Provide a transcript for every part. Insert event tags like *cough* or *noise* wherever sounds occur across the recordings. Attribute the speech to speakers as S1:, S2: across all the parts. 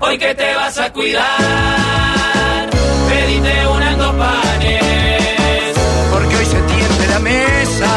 S1: hoy que te vas a cuidar, pedite unas dos panes,
S2: porque hoy se tiende la mesa.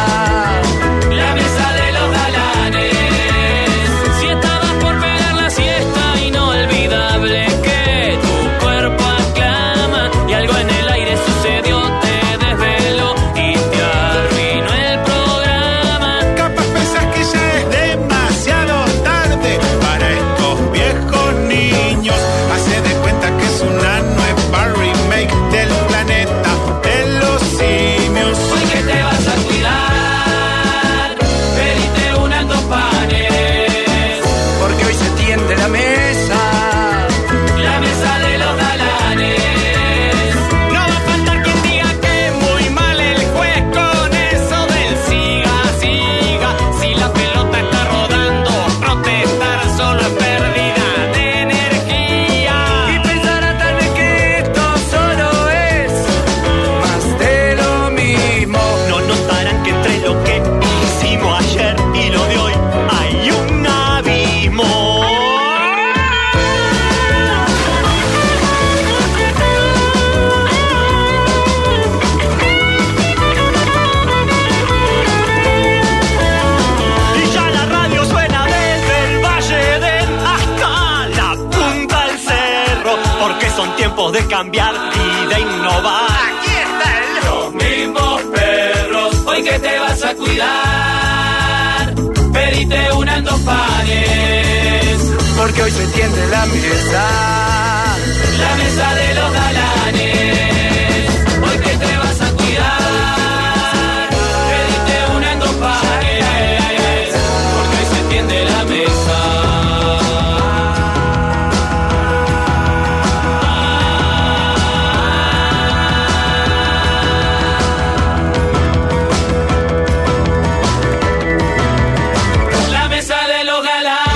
S1: la mesa de los galanes. Si estabas por pegar la siesta, inolvidable que tu cuerpo aclama, y algo en el aire sucedió, te desveló y te arruinó el programa.
S3: Capaz pensás que ya es demasiado tarde para estos viejos niños. Hace de cuenta que es una nueva remake del planeta de los simios.
S1: Hoy que te vas a cuidar, pedite unas dos panes,
S2: Porque hoy se tiende la mesa.
S1: la mesa de los galanes. No va a faltar quien diga que muy mal el juez con eso del siga, siga. Si la pelota está rodando, protestar solo es pérdida de
S2: Y
S1: energía.
S2: pensará tal vez que esto solo es más de lo mismo.
S4: No notarán que entre lo que hicimos ayer y lo de hoy hay un abismo. Y ya la radio suena desde el Valle del hasta la punta del cerro, porque son tiempos de cambiar y de innovar.
S1: Los mismos perros, hoy que te vas a cuidar, pedite unas dos panes.
S2: Porque hoy se tiende la mesa.
S1: La mesa de los galanes, hoy que te vas a cuidar, pediste una eh, en dos pares, porque hoy se tiende la mesa. La mesa de los galanes.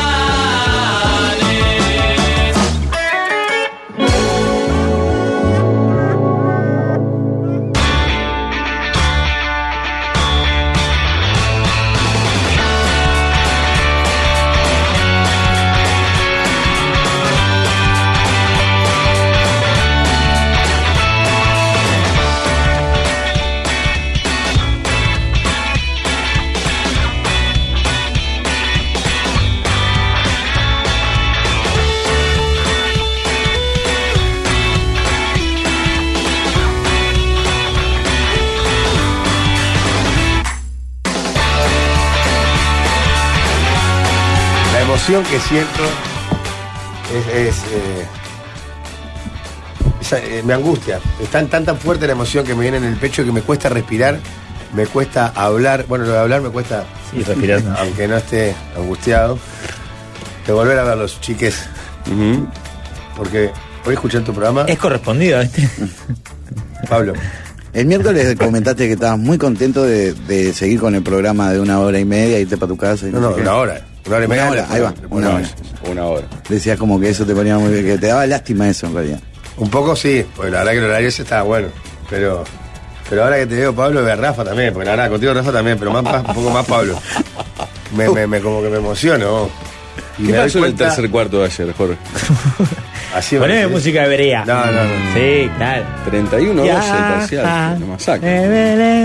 S5: La emoción que siento es. es, eh, es, eh, me angustia. Es tan, tan, tan fuerte la emoción que me viene en el pecho que me cuesta respirar, me cuesta hablar. Bueno, lo de hablar me cuesta,
S6: Y respirar.
S5: aunque no esté angustiado, de volver a verlos, chiques. Porque hoy escuché en tu programa,
S6: Es correspondida, ¿viste?
S5: Pablo.
S7: El miércoles comentaste que estabas muy contento de, de seguir con el programa de una hora y media, irte para tu casa. Y
S5: No, no,
S7: sé qué.
S5: una hora. Una hora y media.
S7: Una hora, ahí va, una hora.
S8: Una hora.
S7: Decías como que eso te ponía muy bien, que te daba lástima eso en realidad.
S5: Un poco sí, porque la verdad que el horario ese estaba bueno. Pero, pero ahora que te veo, Pablo, ve a Rafa también, porque la verdad, contigo Rafa también, pero más, más- un poco más Pablo. Me, me, me- como que me emociono. Y
S8: ¿Qué
S5: me doy
S8: pasó en el
S5: cuenta-
S8: tercer cuarto de ayer, Jorge?
S5: Así me
S6: Poneme
S5: parece.
S6: música hebrea.
S5: No, no, no.
S6: Sí, claro.
S8: 31 12
S6: Ya,
S8: parcial. Una
S5: Eh.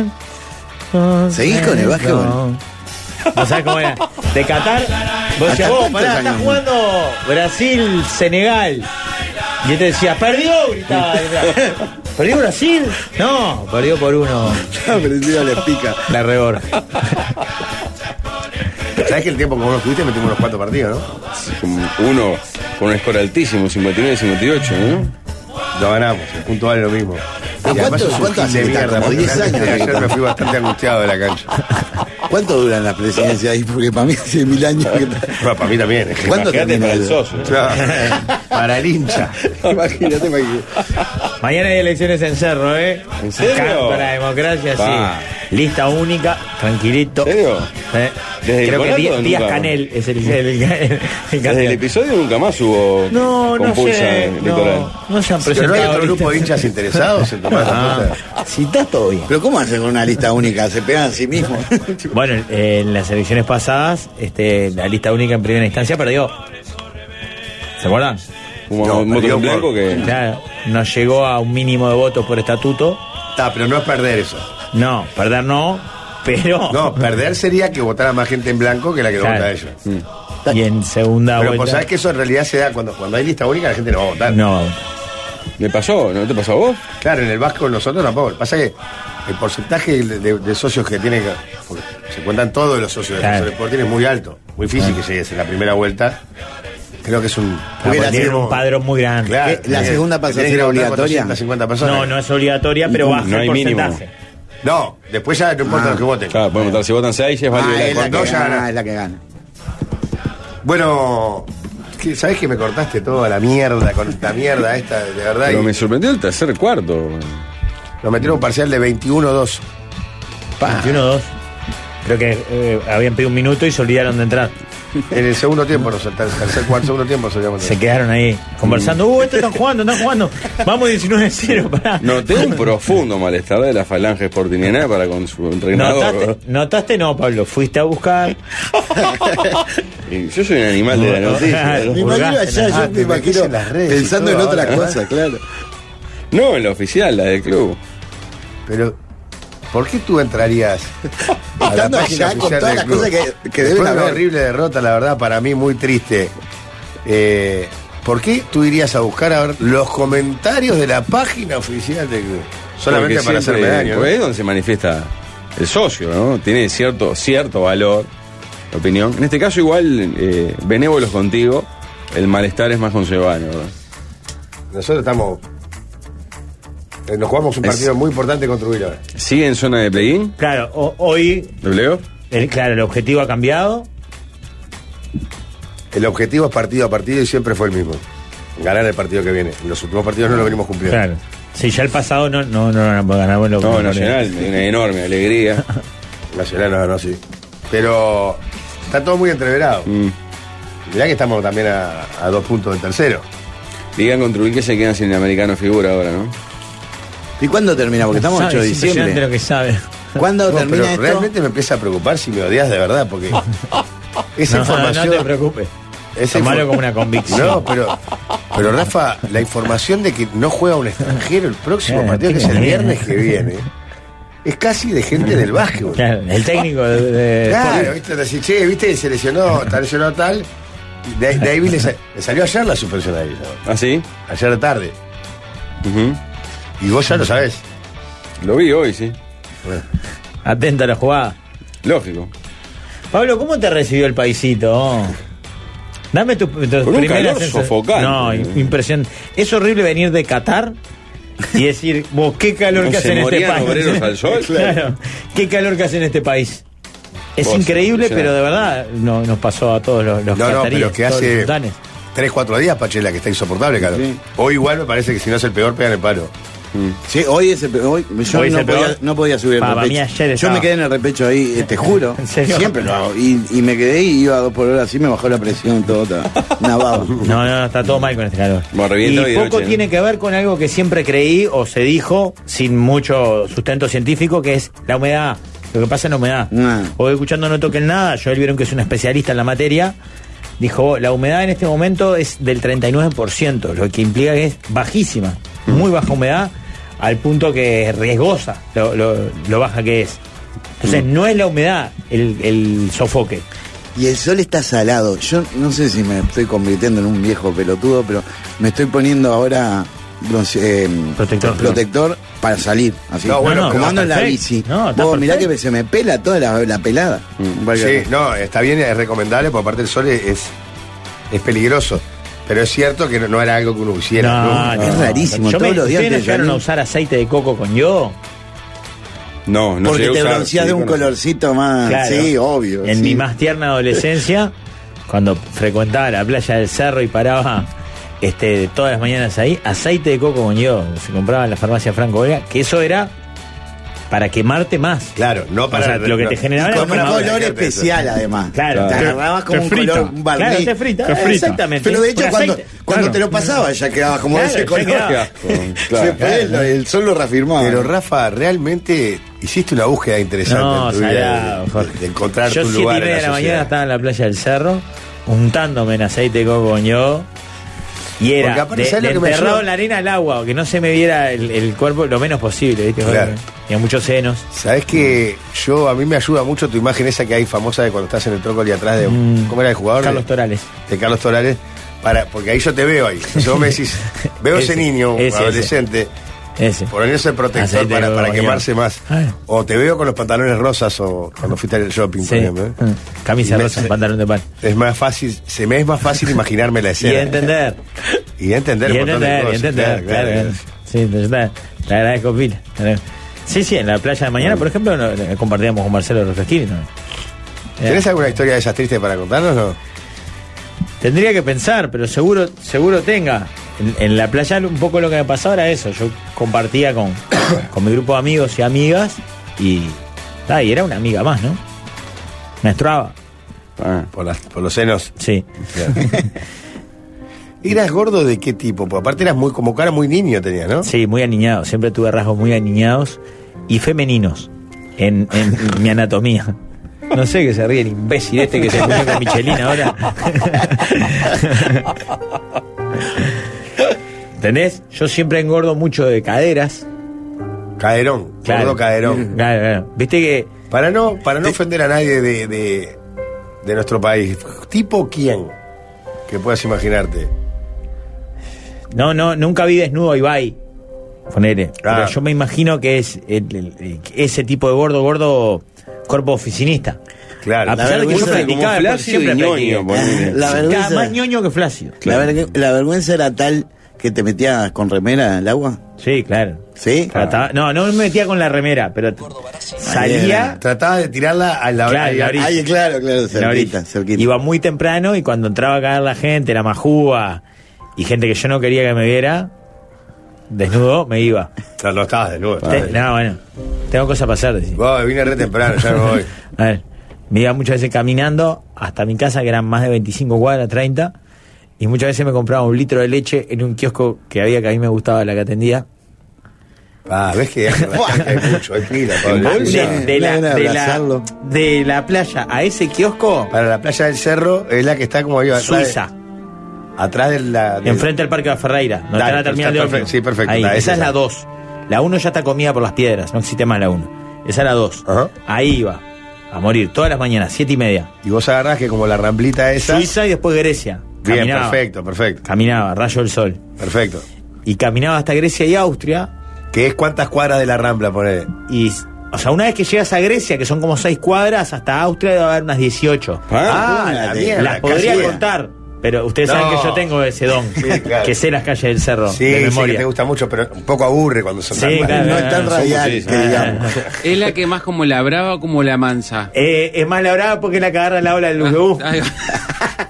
S7: *laughs*
S8: masacre.
S7: ¿Seguís con el básquetbol?
S6: O sea, cómo era. De Qatar, vos
S7: ¿Hasta
S6: decías, vos,
S7: cuántos
S6: pará,
S7: años?
S6: estás jugando Brasil, Senegal. Y él te decía, perdió, gritaba. ¿Perdió Brasil? No, perdió por uno.
S7: Aprendido la pica.
S6: La rebor.
S5: ¿Sabés que el tiempo que vos no estuviste metimos unos cuantos partidos, no?
S8: Uno con un score altísimo, 59-58, ¿no?
S5: Lo ganamos, el punto vale lo mismo.
S7: ¿Pero
S5: Y además
S7: cuánto-
S5: sos un
S7: cuánto
S5: gil de
S7: hace que está?
S5: mierda,
S7: Como
S5: porque
S7: 10
S5: antes de
S7: años que
S5: ayer
S7: está.
S5: me fui bastante angustiado de la cancha.
S7: ¿Cuánto duran las presidencias ahí? Porque para mí hace mil años que...
S5: Bueno, para mí también. es que-
S7: ¿Cuándo
S8: Imagínate
S7: termina
S8: para el
S7: el-
S8: socio.
S5: Claro, para el hincha.
S7: *laughs*
S8: Imagínate para que-
S6: Mañana hay elecciones en Cerro, ¿eh?
S8: ¿En serio?
S6: Acá, para la democracia,
S8: Pa.
S6: sí. Lista única, tranquilito.
S8: ¿En serio?
S6: Eh,
S8: ¿Desde el
S6: Creo que
S8: Bonato
S6: Díaz,
S8: o
S6: Díaz
S8: nunca?
S6: Canel es el, el, el, el
S8: Desde el
S6: campeón.
S8: episodio nunca más hubo
S6: No, no
S8: compulsa
S6: sé.
S8: electoral.
S6: No, no se han
S5: Pero
S6: presentado.
S5: no hay otro
S6: ahorita.
S5: grupo de hinchas interesados en tomar esa
S6: Ah,
S5: cosa.
S6: si está todo bien.
S7: ¿Pero cómo hacen con una lista única? ¿Se pegan a sí mismos?
S6: Bueno, eh, en las elecciones pasadas, este, la lista única en primera instancia perdió. ¿Se acuerdan?
S8: Un
S5: No,
S8: voto
S5: perdió
S8: en blanco
S5: por-
S8: que.
S6: Claro, no llegó a un mínimo de votos por estatuto.
S5: Está, pero no es perder eso.
S6: No, perder no, pero.
S5: No, perder sería que votara más gente en blanco que la que no
S6: Claro.
S5: vota a ellos.
S6: Y en segunda
S5: Pero
S6: vuelta.
S5: pues sabes que eso en realidad se da cuando, cuando hay lista única, la gente no va a votar.
S6: No,
S8: ¿Le pasó? ¿No te pasó a vos?
S5: Claro, en el Vasco nosotros tampoco. Pasa que el porcentaje de, de- de socios que tiene, que- porque se cuentan todos los socios del
S6: Claro. Mm.
S5: Defensor Sporting es muy alto. Muy difícil que llegues en la primera vuelta. Creo que es un.
S6: porque
S5: la
S6: tiene
S5: tenemos-
S6: un padrón muy grande.
S5: Claro,
S7: ¿Qué? ¿La
S5: que-
S7: segunda
S5: que
S7: pasa a
S5: tenés
S7: ser
S5: que votar
S7: obligatoria?
S5: 450 personas.
S6: No, no es obligatoria, pero baja
S8: No
S6: el
S8: hay mínimo.
S6: porcentaje.
S5: No, después ya no importa lo que voten.
S8: Ah, Claro, podemos votar. Si votan seis, es válido.
S7: Ah, es
S8: la
S7: la que
S5: Con dos ya
S7: gana,
S5: gana.
S7: es la que gana.
S5: Bueno, que- ¿sabés que me cortaste toda la mierda con esta mierda esta, de verdad?
S8: Pero
S5: y
S8: me sorprendió el tercer cuarto.
S5: Nos metieron un parcial de 21-2.
S8: Ah.
S5: Pa.
S6: 21-2. Creo que eh, habían pedido un minuto y se olvidaron de entrar.
S5: En el segundo tiempo, nos- el tercer, cuarto, segundo tiempo, nos habíamos-
S6: Se quedaron ahí
S8: Mm.
S6: conversando. Uh, esto están jugando, están
S8: *laughs*
S6: jugando. Vamos 19-0. pará.
S8: Noté un profundo malestar de la falange sportiniana para con su entrenador.
S6: Notaste, notaste no, Pablo. Fuiste a buscar.
S8: Y yo soy un animal de *laughs* la
S6: No,
S8: noticia.
S6: no,
S7: Me
S8: ¿no?
S7: imagino
S6: Hurgaste,
S7: allá,
S6: ah,
S7: yo
S5: te
S7: me imagino
S5: metiste en las redes y
S7: pensando
S5: todo
S7: en otra
S5: ahora,
S7: cosa, claro.
S8: No, en la oficial, la del club.
S5: Pero, ¿por qué tú entrarías a la
S7: Estando
S5: página
S7: allá con
S5: oficial
S7: todas
S5: del
S7: las
S5: club?
S7: cosas que- que
S5: Después
S7: deben
S5: de una
S7: haber.
S5: horrible derrota, la verdad, para mí muy triste. Eh, ¿Por qué tú irías a buscar a ver los comentarios de la página oficial del club? Solamente
S8: Porque
S5: para
S8: siempre-
S5: hacerme daño. ¿no?
S8: Porque ahí es donde se manifiesta el socio, ¿no? Tiene cierto, cierto valor, la opinión. En este caso, igual, eh, benévolos contigo, el malestar es más concebano, ¿verdad?
S5: Nosotros estamos. eh, Nos jugamos un
S8: Es-
S5: partido muy importante contra Huila ahora.
S8: ¿Sigue en zona de play-in,
S6: Claro, ho- hoy,
S8: ¿Lo leo?
S6: el- claro, el objetivo ha cambiado.
S5: El objetivo es partido a partido y siempre fue el mismo. Ganar el partido que viene. En los últimos partidos no lo venimos cumpliendo.
S6: Claro. Si ya el pasado no, no, no, no ganamos lo
S8: No,
S6: lo-
S8: Nacional, de una enorme alegría.
S5: Nacional no, no, sí. Pero está todo muy entreverado.
S8: Mm.
S5: Mirá que estamos también a, a dos puntos del tercero.
S8: Digan contribuir que se quedan sin el americano figura ahora, ¿no?
S7: *laughs* ¿Y cuándo termina? Porque estamos
S6: Sabe,
S7: 8 de
S6: es impresionante lo
S7: diciembre.
S6: que sabe.
S7: ¿Cuándo
S5: No, pero
S7: termina esto?
S5: realmente me empieza a preocupar si me odias de verdad, *laughs* porque esa
S6: No,
S5: información.
S6: no te preocupes.
S5: esa
S6: Tomalo
S5: infor-
S6: como una convicción.
S5: No, pero, pero Rafa, la información de que no juega un extranjero el próximo
S6: Claro,
S5: partido, que es el
S6: Eh, tiene-
S5: viernes que viene, es casi de gente del básquetbol.
S6: *laughs* Claro, el técnico de, de-
S5: Claro, viste, te decís, che, viste, se lesionó, está lesionado tal. Y De, de ahí le, sa- le salió ayer la suspensión a Davis, ¿no?
S8: ¿Ah, sí?
S5: ayer tarde.
S8: Ujú.
S5: Y vos ya lo sabés.
S8: Lo vi hoy, sí.
S6: atenta a la jugada.
S8: Lógico.
S6: Pablo, ¿cómo te recibió el paisito? Dame tu, tu
S8: Con un
S6: primera
S8: calor
S6: sensación.
S8: sofocante.
S6: No, im- impresión. Es horrible venir de Qatar y decir, vos, qué calor
S8: No
S6: que
S8: se
S6: hace en este
S8: morían
S6: país.
S8: obreros al sol,
S6: *laughs* claro.
S8: claro.
S6: Qué calor que hace en este país. Es
S8: Vos,
S6: increíble,
S8: impresionante.
S6: pero de verdad no, nos pasó a todos los, los
S5: No, no,
S6: cataríes,
S5: pero que
S6: todos los
S5: hace
S6: sultanes.
S5: tres, cuatro días, Pachela, que está insoportable, claro.
S8: Sí.
S5: Hoy igual me parece que si no es el peor, pegan el palo.
S7: Sí, hoy es el pe- hoy, yo
S6: Hoy es
S7: no,
S6: el peor.
S7: podía, no podía subir
S6: Pa,
S7: el
S6: para mí
S7: repecho.
S6: ayer
S7: yo
S6: estaba.
S7: me quedé en el repecho ahí,
S6: *laughs*
S7: eh, te juro.
S6: ¿En serio?
S7: Siempre lo hago. Y, y me quedé y iba a dos por hora así, me bajó la presión todo. estaba- Una baba.
S6: No, no, no, está todo mal con este calor.
S8: Bueno, revienta
S6: y
S8: hoy de
S6: poco
S8: noche, ¿no?
S6: tiene que ver con algo que siempre creí o se dijo sin mucho sustento científico, que es la humedad. Lo que pasa es la humedad.
S7: Ah.
S6: Hoy escuchando No Toquen Nada, Joel vieron que es un especialista en la materia, dijo, la humedad en este momento es del 39%, lo que implica que es bajísima, muy baja humedad, al punto que es riesgosa lo, lo- lo baja que es. Entonces no es la humedad el, el sofoque.
S7: Y el sol está salado. Yo no sé si me estoy convirtiendo en un viejo pelotudo, pero me estoy poniendo ahora bronce- eh,
S6: Protector.
S7: protector para salir. Así.
S5: No, bueno,
S7: como
S6: está
S7: ando en la
S6: perfecto.
S7: bici.
S6: No, está
S7: Vos, mirá
S6: perfecto.
S7: que se me pela toda la, la pelada.
S8: Mm,
S5: Sí, no, está bien, es recomendable, porque aparte el sol es, es, es peligroso. Pero es cierto que no, no era algo que uno quisiera.
S6: No,
S5: ¿no?
S7: es rarísimo,
S6: Yo
S7: todos
S6: me,
S7: los días
S6: ¿ustedes no
S7: te
S6: llegaron a
S7: llaman.
S6: usar aceite de coco con yo?
S8: No, no
S7: Porque
S8: llegué a
S7: te
S8: usar,
S7: bronceas
S8: sí,
S7: de un
S8: conozco.
S7: colorcito más.
S6: Claro.
S7: Ah, Sí, obvio.
S6: En
S7: sí.
S6: mi más tierna
S7: *laughs*
S6: adolescencia, cuando frecuentaba la playa del cerro y paraba este, todas las mañanas ahí, aceite de coco con yo. Se compraba en la farmacia Franco Vega, que eso era para quemarte más.
S5: Claro, no para.
S6: O sea, lo que te generaba
S5: no,
S6: era
S7: Con un
S5: no,
S6: quemadura.
S7: color
S5: no,
S7: especial, además.
S6: Claro,
S7: te
S6: te-
S7: agarrabas como
S9: te
S7: un
S9: frita.
S7: color, un barniz.
S6: Claro, te frita,
S7: Eh,
S6: frita.
S7: Exactamente. Pero de hecho,
S6: Con
S7: cuando,
S6: aceite,
S7: cuando
S6: claro.
S7: te lo pasabas, ya quedabas como
S6: Claro,
S7: de ese
S6: ya
S7: color.
S8: Qué
S6: quedaba.
S8: asco, claro.
S7: Se *laughs* fue, lo- el sol lo reafirmaba.
S5: Pero Rafa, realmente hiciste una búsqueda interesante
S6: No,
S5: en tu vida de-
S6: salado, Jorge.
S5: de, de encontrar
S6: Yo
S5: tu
S6: siete y
S5: lugar en
S6: media de la
S5: sociedad.
S6: mañana estaba en la playa del cerro, untándome en aceite de coco con yo. Y
S5: Porque
S6: era
S5: aparte,
S6: de,
S5: ¿sabes lo
S6: de
S5: que me
S6: enterrado
S5: ayudó?
S6: en la arena al agua, o que no se me viera el, el cuerpo lo menos posible, ¿viste?
S5: Claro.
S6: Tenía muchos senos.
S5: Sabes que yo a mí me ayuda mucho tu imagen esa que hay famosa de cuando estás en el trócoli atrás de
S6: Mm.
S5: cómo era el jugador
S6: Carlos
S5: de,
S6: Torales.
S5: de Carlos Torales para porque ahí yo te veo ahí. Entonces vos me
S6: *laughs*
S5: decís, veo ese,
S6: Ese,
S5: niño
S6: ese, ese.
S5: adolescente
S6: Ese.
S5: ponerse protector
S6: Aceite
S5: para,
S6: de
S5: para
S6: bañar.
S5: quemarse más.
S6: Ah.
S5: O te veo con los pantalones rosas o cuando fuiste al shopping, por
S6: Sí.
S5: ejemplo. ¿eh?
S6: Mm. Camisa
S5: Me-
S6: rosa,
S5: se-
S6: pantalón de pan.
S5: Es más fácil, se me es más fácil imaginarme la
S6: *laughs* Y
S5: escena. *laughs*
S6: entender.
S5: Y entender.
S6: Y
S5: un montón de
S6: entender, y
S5: cosas,
S6: entender,
S5: claro,
S6: claro.
S5: claro.
S6: Sí, entonces, nada, te agradezco, Pila. Sí, sí, en la playa de mañana, por ejemplo, no, eh, compartíamos con Marcelo Rosasquini. ¿no?
S5: ¿Tenés
S6: Eh.
S5: alguna historia de esas tristes para contarnos? No?
S6: Tendría que pensar, pero seguro, seguro tenga. En, en la playa un poco lo que me pasaba era eso. Yo compartía con, *coughs* con mi grupo de amigos y amigas y, ta, y era una amiga más, ¿no? Menstruaba,
S8: Ah,
S5: Por, las- por los senos.
S6: sí.
S5: Claro. ¿Y eras gordo de qué tipo? Porque aparte eras muy, como cara muy niño tenías, ¿no?
S6: Sí, muy aniñado. Siempre tuve rasgos muy aniñados y femeninos en, *laughs* en mi anatomía. No sé que se ríe el imbécil este que se comió *laughs* con Michelin ahora. ¿Entendés? Yo siempre engordo mucho de caderas.
S5: Caderón,
S6: Claro. Mm,
S5: gordo caderón.
S6: *laughs* Claro, claro. Viste que
S5: Para no, para no ofender a nadie de, de, de nuestro país, ¿tipo quién? Que puedas imaginarte.
S6: No, no, nunca vi desnudo a Ibai. Ponele.
S5: Ah.
S6: Pero yo me imagino que es el- el- el- ese tipo de gordo, gordo, cuerpo oficinista.
S5: Claro.
S6: A pesar de que yo
S7: vergüenza de
S8: como
S6: practicaba, pero
S8: Flacio
S6: siempre
S8: y
S6: practiqué.
S8: ñoño, ponele.
S7: La
S6: Cada
S7: vergüenza.
S6: más ñoño que Flacio.
S7: La, vergü- la vergüenza era tal que te metías con remera en el agua.
S6: Sí, claro.
S7: ¿Sí?
S6: Trataba- no, no me metía con la remera, pero t- salía
S5: Trataba de tirarla a la,
S6: Claro,
S5: a la-
S6: la orilla.
S7: Ay, claro, claro,
S6: en la orilla.
S7: cerquita, cerquita.
S6: Iba muy temprano y cuando entraba a caer la gente, la majúa y gente que yo no quería que me viera, desnudo, me iba.
S5: No, no estabas de nuevo.
S6: Te- no, bueno, tengo cosas para hacer. decía.
S5: Voy, vine re temprano, ya no voy.
S6: A ver, me iba muchas veces caminando hasta mi casa, que eran más de 25 cuadras, 30, y muchas veces me compraba un litro de leche en un kiosco que había que a mí me gustaba, la que atendía.
S5: Ah, ves que hay,
S6: *laughs*
S5: hay mucho, hay pila,
S8: ¿En
S5: Pablo.
S8: bolsa?
S6: De, de la,
S7: Me van a
S6: de la-
S7: abrazarlo.
S6: de la playa a ese kiosco,
S5: Para la playa del cerro es la que está como ahí atrás. de-
S6: Suiza,
S5: Atrás de la. de-
S6: enfrente al Parque de Ferreira, donde
S5: Dale,
S6: está la terminal de
S5: está perfecto,
S6: ómnibus.
S5: sí, perfecto,
S6: Ahí,
S5: está,
S6: esa
S5: esa
S6: es
S5: está.
S6: la 2. La 1 ya está comida por las piedras, no existe más la 1. Esa es la 2.
S5: Ajá.
S6: Ahí iba, a morir, todas las mañanas, 7 y media.
S5: Y vos agarrás que como la ramblita esa.
S6: Suiza y después Grecia.
S5: Bien,
S6: Caminaba.
S5: perfecto, perfecto.
S6: Caminaba, rayo del sol.
S5: Perfecto.
S6: Y caminaba hasta Grecia y Austria.
S5: Que es cuántas cuadras de la rambla, ponele.
S6: Y, o sea, una vez que llegas a Grecia, que son como seis cuadras, hasta Austria debe haber unas 18.
S8: Ah,
S5: la
S7: mierda,
S6: Las
S5: casi
S6: podría
S5: era.
S6: contar, pero ustedes saben
S5: No.
S6: que yo tengo ese don,
S5: Sí, claro.
S6: que sé las calles del cerro
S5: Sí,
S6: de
S5: sé que
S6: memoria.
S5: te gusta mucho, pero un poco aburre cuando son
S6: Sí,
S5: tan
S6: claro.
S7: No es tan
S6: Somos
S7: radial,
S8: seis,
S7: que
S8: ah.
S7: digamos.
S9: ¿Es la que más como la brava o como la mansa?
S6: Eh, es más la brava porque es la que agarra la ola del UBU.
S9: *laughs* Ay,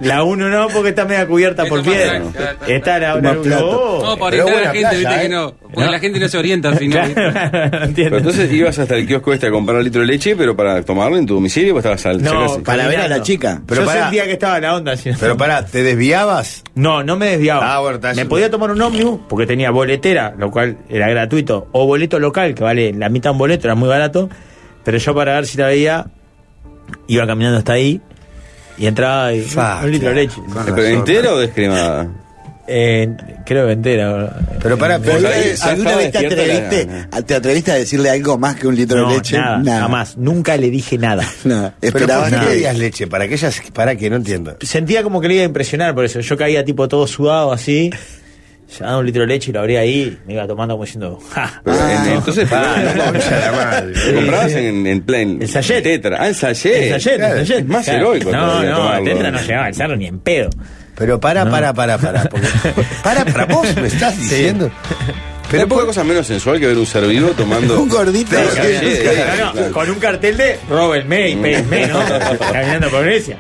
S6: La 1 no, porque está media cubierta por
S9: Eso más
S6: piedra.
S9: tranqui, está, está,
S6: Está la ola
S7: Más
S6: del Oh,
S7: plata.
S6: UBU.
S9: No, para orientar a
S5: pero buena
S9: la gente,
S5: playa,
S9: viste
S5: ¿eh?
S9: que no. Porque
S6: No.
S9: la gente no se orienta al final.
S6: Claro, *laughs*
S9: ¿viste?
S6: no
S8: Pero
S6: entiendo.
S8: entonces ibas hasta el kiosco este a comprar un litro de leche, pero para tomarlo en tu domicilio, pues estabas al
S6: No,
S8: sacas-
S7: Para ver a la
S6: caminando.
S7: chica.
S5: Pero
S6: yo
S5: pará.
S6: sentía que estaba la onda. sino-
S5: Pero pará, ¿te desviabas?
S6: No, no me desviaba.
S5: Ah, bueno, está
S6: me
S5: bien.
S6: podía tomar un ómnibus porque tenía boletera, lo cual era gratuito, o boleto local, que vale la mitad un boleto, era muy barato. Pero yo para ver si la veía, iba caminando hasta ahí y entraba y
S5: Fa,
S6: un litro de leche.
S5: claro.
S8: ¿Pero entera o descremada?
S6: Eh, creo que entera.
S5: Pero pará,
S6: Eh,
S5: pero-
S7: ¿Alguna
S8: ahí
S7: vez-
S8: ya
S7: ¿Alguna
S8: estaba
S7: vez te
S8: despierta la
S7: atreviste,
S8: gana.
S7: te atreviste a decirle algo más que un litro
S6: no,
S7: de leche?
S6: nada, jamás. Nunca le dije
S5: *laughs*
S6: nada.
S7: Nada.
S5: ¿Pero por
S7: Esperabas
S5: qué le
S7: que-
S5: días leche? Para que ellas. Para que no entiendo.
S6: Sentía como que le iba a impresionar por eso. Yo caía tipo todo sudado así. Llevaba un litro de leche y lo abría ahí. Me iba tomando como diciendo, "Ja".
S8: Pero en- entonces,
S5: Ah, la concha de la madre.
S8: Lo *laughs* comprabas en, en plan.
S6: El sachet.
S8: Tetra. Ah, el sachet.
S6: El sachet, el
S5: claro,
S6: sachet.
S8: es más
S6: Claro.
S8: heroico
S6: No,
S8: todavía
S6: no,
S8: tomarlo.
S6: el tetra no llegaba al cerro ni en pedo.
S5: Pero para, para, para, para.
S6: *laughs*
S5: porque- Para, para, vos me estás diciendo.
S8: Pero
S5: Pero
S8: es poca
S5: por-
S8: cosa menos sensual que ver un ser
S6: *laughs*
S8: vivo tomando.
S7: Un gordito.
S8: Claro,
S7: Sí,
S8: sí,
S7: sí,
S8: sí,
S6: No, no,
S8: claro.
S6: con un cartel de róbenme y péguenme, ¿no? Caminando por Grecia.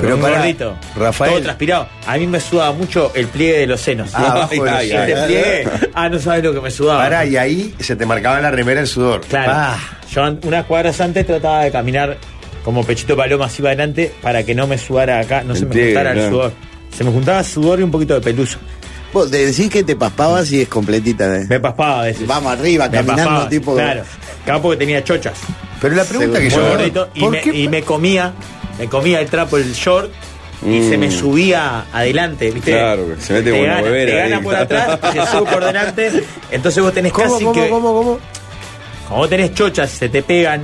S5: Pero
S6: un
S5: pará,
S6: gordito.
S5: Rafael.
S6: Todo transpirado. A mí me sudaba mucho el pliegue de los senos.
S5: Ah, abajo de-
S8: Ay,
S5: *laughs*
S8: ay,
S6: Este pliegue. Ah, no sabes lo que me sudaba.
S5: Pará, y ahí se te marcaba en la remera el sudor.
S6: Claro.
S5: Ah,
S6: Yo an- unas cuadras antes trataba de caminar como pechito paloma así para adelante para que no me sudara acá, no se me
S8: Entiendo,
S6: juntara el
S8: claro.
S6: sudor. Se me juntaba sudor y un poquito de peluso.
S7: Vos te decís que te paspabas y es completita. ¿eh?
S6: Me paspaba a veces.
S7: Vamos arriba,
S6: Me
S7: caminando,
S6: paspaba,
S7: tipo-
S6: Claro. Capo que tenía chochas.
S5: pero la pregunta que
S6: Muy
S5: yo.
S6: gordito. Y
S5: ¿por
S6: me,
S5: qué-
S6: y me comía, me comía el trapo, el short, y
S8: Mm.
S6: se me subía adelante, ¿viste?
S8: Claro, que se mete
S6: te
S8: como una
S6: gana,
S8: bobera
S6: te
S8: ahí.
S6: gana por atrás, se sube por delante. Entonces vos tenés
S5: ¿Cómo,
S6: casi
S5: cómo,
S6: que.
S5: cómo, cómo?
S6: Como vos tenés chochas, se te pegan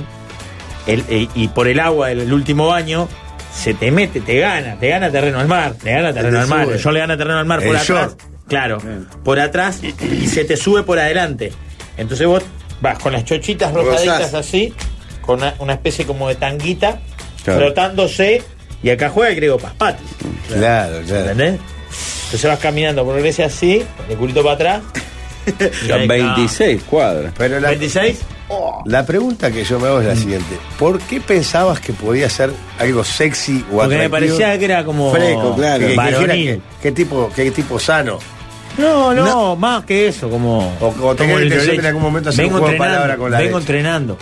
S6: el- el- y por el agua del último baño se te mete, te gana, te gana terreno al mar, te gana terreno
S5: te
S6: al mar.
S5: sube.
S6: Yo le gana terreno al mar
S5: El
S6: por atrás.
S5: short.
S6: Claro, por atrás y se te sube por adelante. Entonces vos vas con las chochitas rojaditas así, con una, una especie como de tanguita,
S8: Claro.
S6: flotándose y acá juega el griego Paspatis.
S5: Claro, claro.
S6: ¿Entendés? Entonces vas caminando por Grecia así, con el culito
S5: *laughs*
S6: para atrás. y
S8: Son
S6: ahí,
S8: 26 cuadras.
S5: Pero
S6: no.
S5: la,
S6: ¿26?
S5: la pregunta que yo me hago es
S6: Mm.
S5: la siguiente. ¿Por qué pensabas que podía ser algo sexy o
S6: Porque me
S5: atractivo?
S6: parecía que era como.
S7: Fresco, claro.
S5: Que- que dijera
S6: varonil.
S5: que- qué tipo, qué tipo sano.
S6: No, no, más que eso, como.
S5: O- o tenés
S6: el
S5: intención
S6: violento.
S5: en algún momento hacer un
S6: vengo
S5: juego de
S6: entrenando,
S5: palabra con la
S6: Vengo
S5: derecha.
S6: entrenando.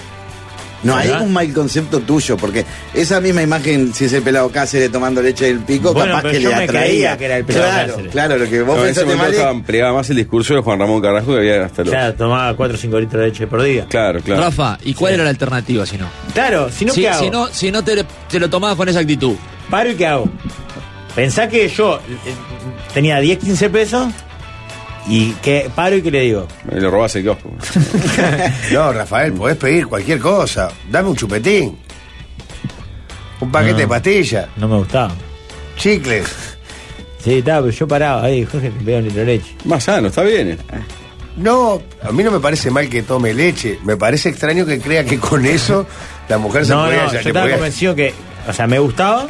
S7: No, hay
S6: ¿Verdad?
S7: un mal concepto tuyo, porque esa misma imagen, si ese pelado Cáceres tomando leche del pico,
S6: Bueno,
S7: capaz
S6: pero
S7: que
S6: yo
S7: le
S6: me
S7: atraía.
S6: creía que era el pelado
S7: claro,
S6: Cáceres.
S7: claro, lo que vos
S8: No, en ese
S7: pensaste
S8: momento
S7: mal eh? es-
S8: estaban plegaba más el discurso de Juan Ramón Carrasco que había hasta los.
S6: Claro, tomaba 4 o 5 litros de leche por día.
S8: Claro, claro.
S10: Rafa, ¿y cuál era la alternativa si no?
S6: Claro, si no,
S10: si,
S6: ¿qué hago?
S10: si no, si no te, te lo tomabas con esa actitud.
S6: Paro y ¿qué hago? Pensá que yo eh, tenía 10, 15 pesos y que paro y que le digo.
S8: Y le robás
S7: *laughs*
S8: el kiosco.
S5: No, Rafael, podés pedir cualquier cosa. Dame un chupetín. Un paquete
S6: No.
S5: de pastillas.
S6: No me gustaba.
S5: Chicles.
S6: Sí, estaba, pero yo paraba. Ahí, Jorge, te pega un litro de leche.
S8: Más sano, está bien. eh.
S5: No, a mí no me parece mal que tome leche. Me parece extraño que crea que con eso la mujer se
S6: No, no,
S5: puede...
S6: yo
S5: se
S6: estaba
S5: puede-
S6: convencido que, o sea, me gustaba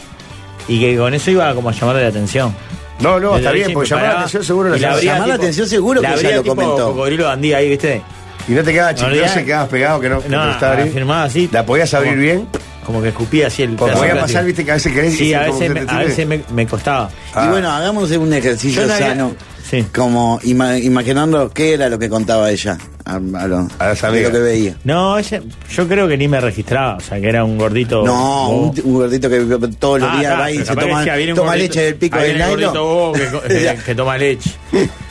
S6: y que con eso iba como a llamarle la atención.
S5: No, no, está
S6: Desde
S5: bien,
S6: ahí
S5: porque
S6: me
S5: llamar la
S6: paraba
S5: atención seguro la
S6: y la
S5: llama.
S6: abría
S7: Llamar la atención seguro
S6: la
S7: que ya
S6: abría
S7: lo
S6: tipo
S7: comentó.
S6: cocodrilo bandí ahí, ¿viste?
S5: Y no te quedaba
S6: olvidás.
S5: chiclosa, y quedabas pegado que no, que
S6: No,
S5: te gustaba abrir.
S6: firmaba así.
S5: ¿La podías abrir
S6: Como-
S5: bien?
S6: Como que escupía así el
S5: Porque
S6: pedazo
S5: voy a
S6: de plástico.
S5: pasar, viste, que a veces querés...
S6: Sí,
S5: y
S6: a
S5: como
S6: veces,
S5: que te
S6: me, a
S5: tire.
S6: veces me, me costaba.
S5: Ah.
S7: Y bueno, hagamos un ejercicio
S6: Yo no había-
S7: sano.
S6: Sí.
S7: Como ima- imaginando qué era lo que contaba ella a, a lo,
S5: A las
S7: de
S5: amigas.
S7: lo que veía.
S6: No, ese- yo creo que ni me registraba, o sea, que era un gordito.
S7: No,
S6: bobo.
S7: un, un gordito que todos los
S6: Oh. Ah,
S7: días
S6: está,
S7: va y
S6: pero
S7: se
S6: capaz que
S7: toma,
S6: decía, viene un
S7: toma
S6: gordito-
S7: leche del pico
S6: ahí
S7: del
S6: viene el
S7: nylon.
S6: gordito bobo
S7: *laughs*
S6: que, que- que toma leche.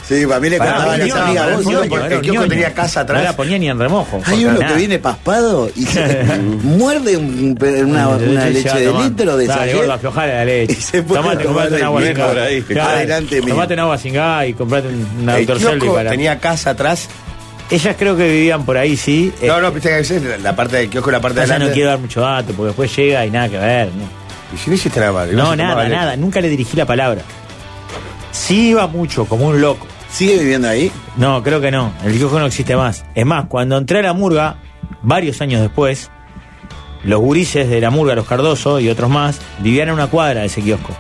S7: Sí, para mí le
S6: Pará,
S7: contaba a
S6: ni
S7: las
S6: ñoño,
S7: amigas.
S6: no,
S7: vos,
S6: ni
S7: ¿no?
S5: el
S6: ñoño,
S5: kiosco
S6: ni ñoño.
S5: tenía casa atrás.
S6: No la ponía ni en remojo.
S7: Hay
S6: Jorge,
S7: uno que
S6: nada.
S7: viene paspado y se
S6: *laughs*
S7: muerde un- un- una, una
S6: Sí,
S7: leche
S6: ya,
S7: de
S6: tomá.
S7: litro de
S6: Dale,
S7: sachet.
S6: gordo, aflojale la leche.
S7: Y se puede
S6: Tomate,
S7: tomar
S6: comprate un
S7: de
S6: agua
S8: mil
S6: sin
S8: por ahí, que-
S7: Adelante, mira.
S6: Tomate un agua sin gas y comprate un, una
S5: El
S6: Dr. Selby
S5: Eh, kiosco
S6: para.
S5: tenía casa atrás.
S6: Ellas creo que vivían por ahí, sí. Eh,
S5: No, no, viste que a veces la- la parte del kiosco y la parte de
S6: pasa, no
S5: adelante.
S6: quiero dar mucho dato porque después llega y nada que ver. ¿no?
S5: Y si no hiciste nada mal. eh.
S6: No,
S5: se tomaba
S6: nada,
S5: leche.
S6: nada. Nunca le dirigí la palabra. Sí iba mucho, como un loco.
S7: ¿Sigue viviendo
S6: *laughs*
S7: ahí?
S6: No, creo que no. El kiosco no existe más. Es más, cuando entré a la murga, varios años después, los gurises de la murga, los Cardoso y otros más, vivían en una cuadra de ese kiosco.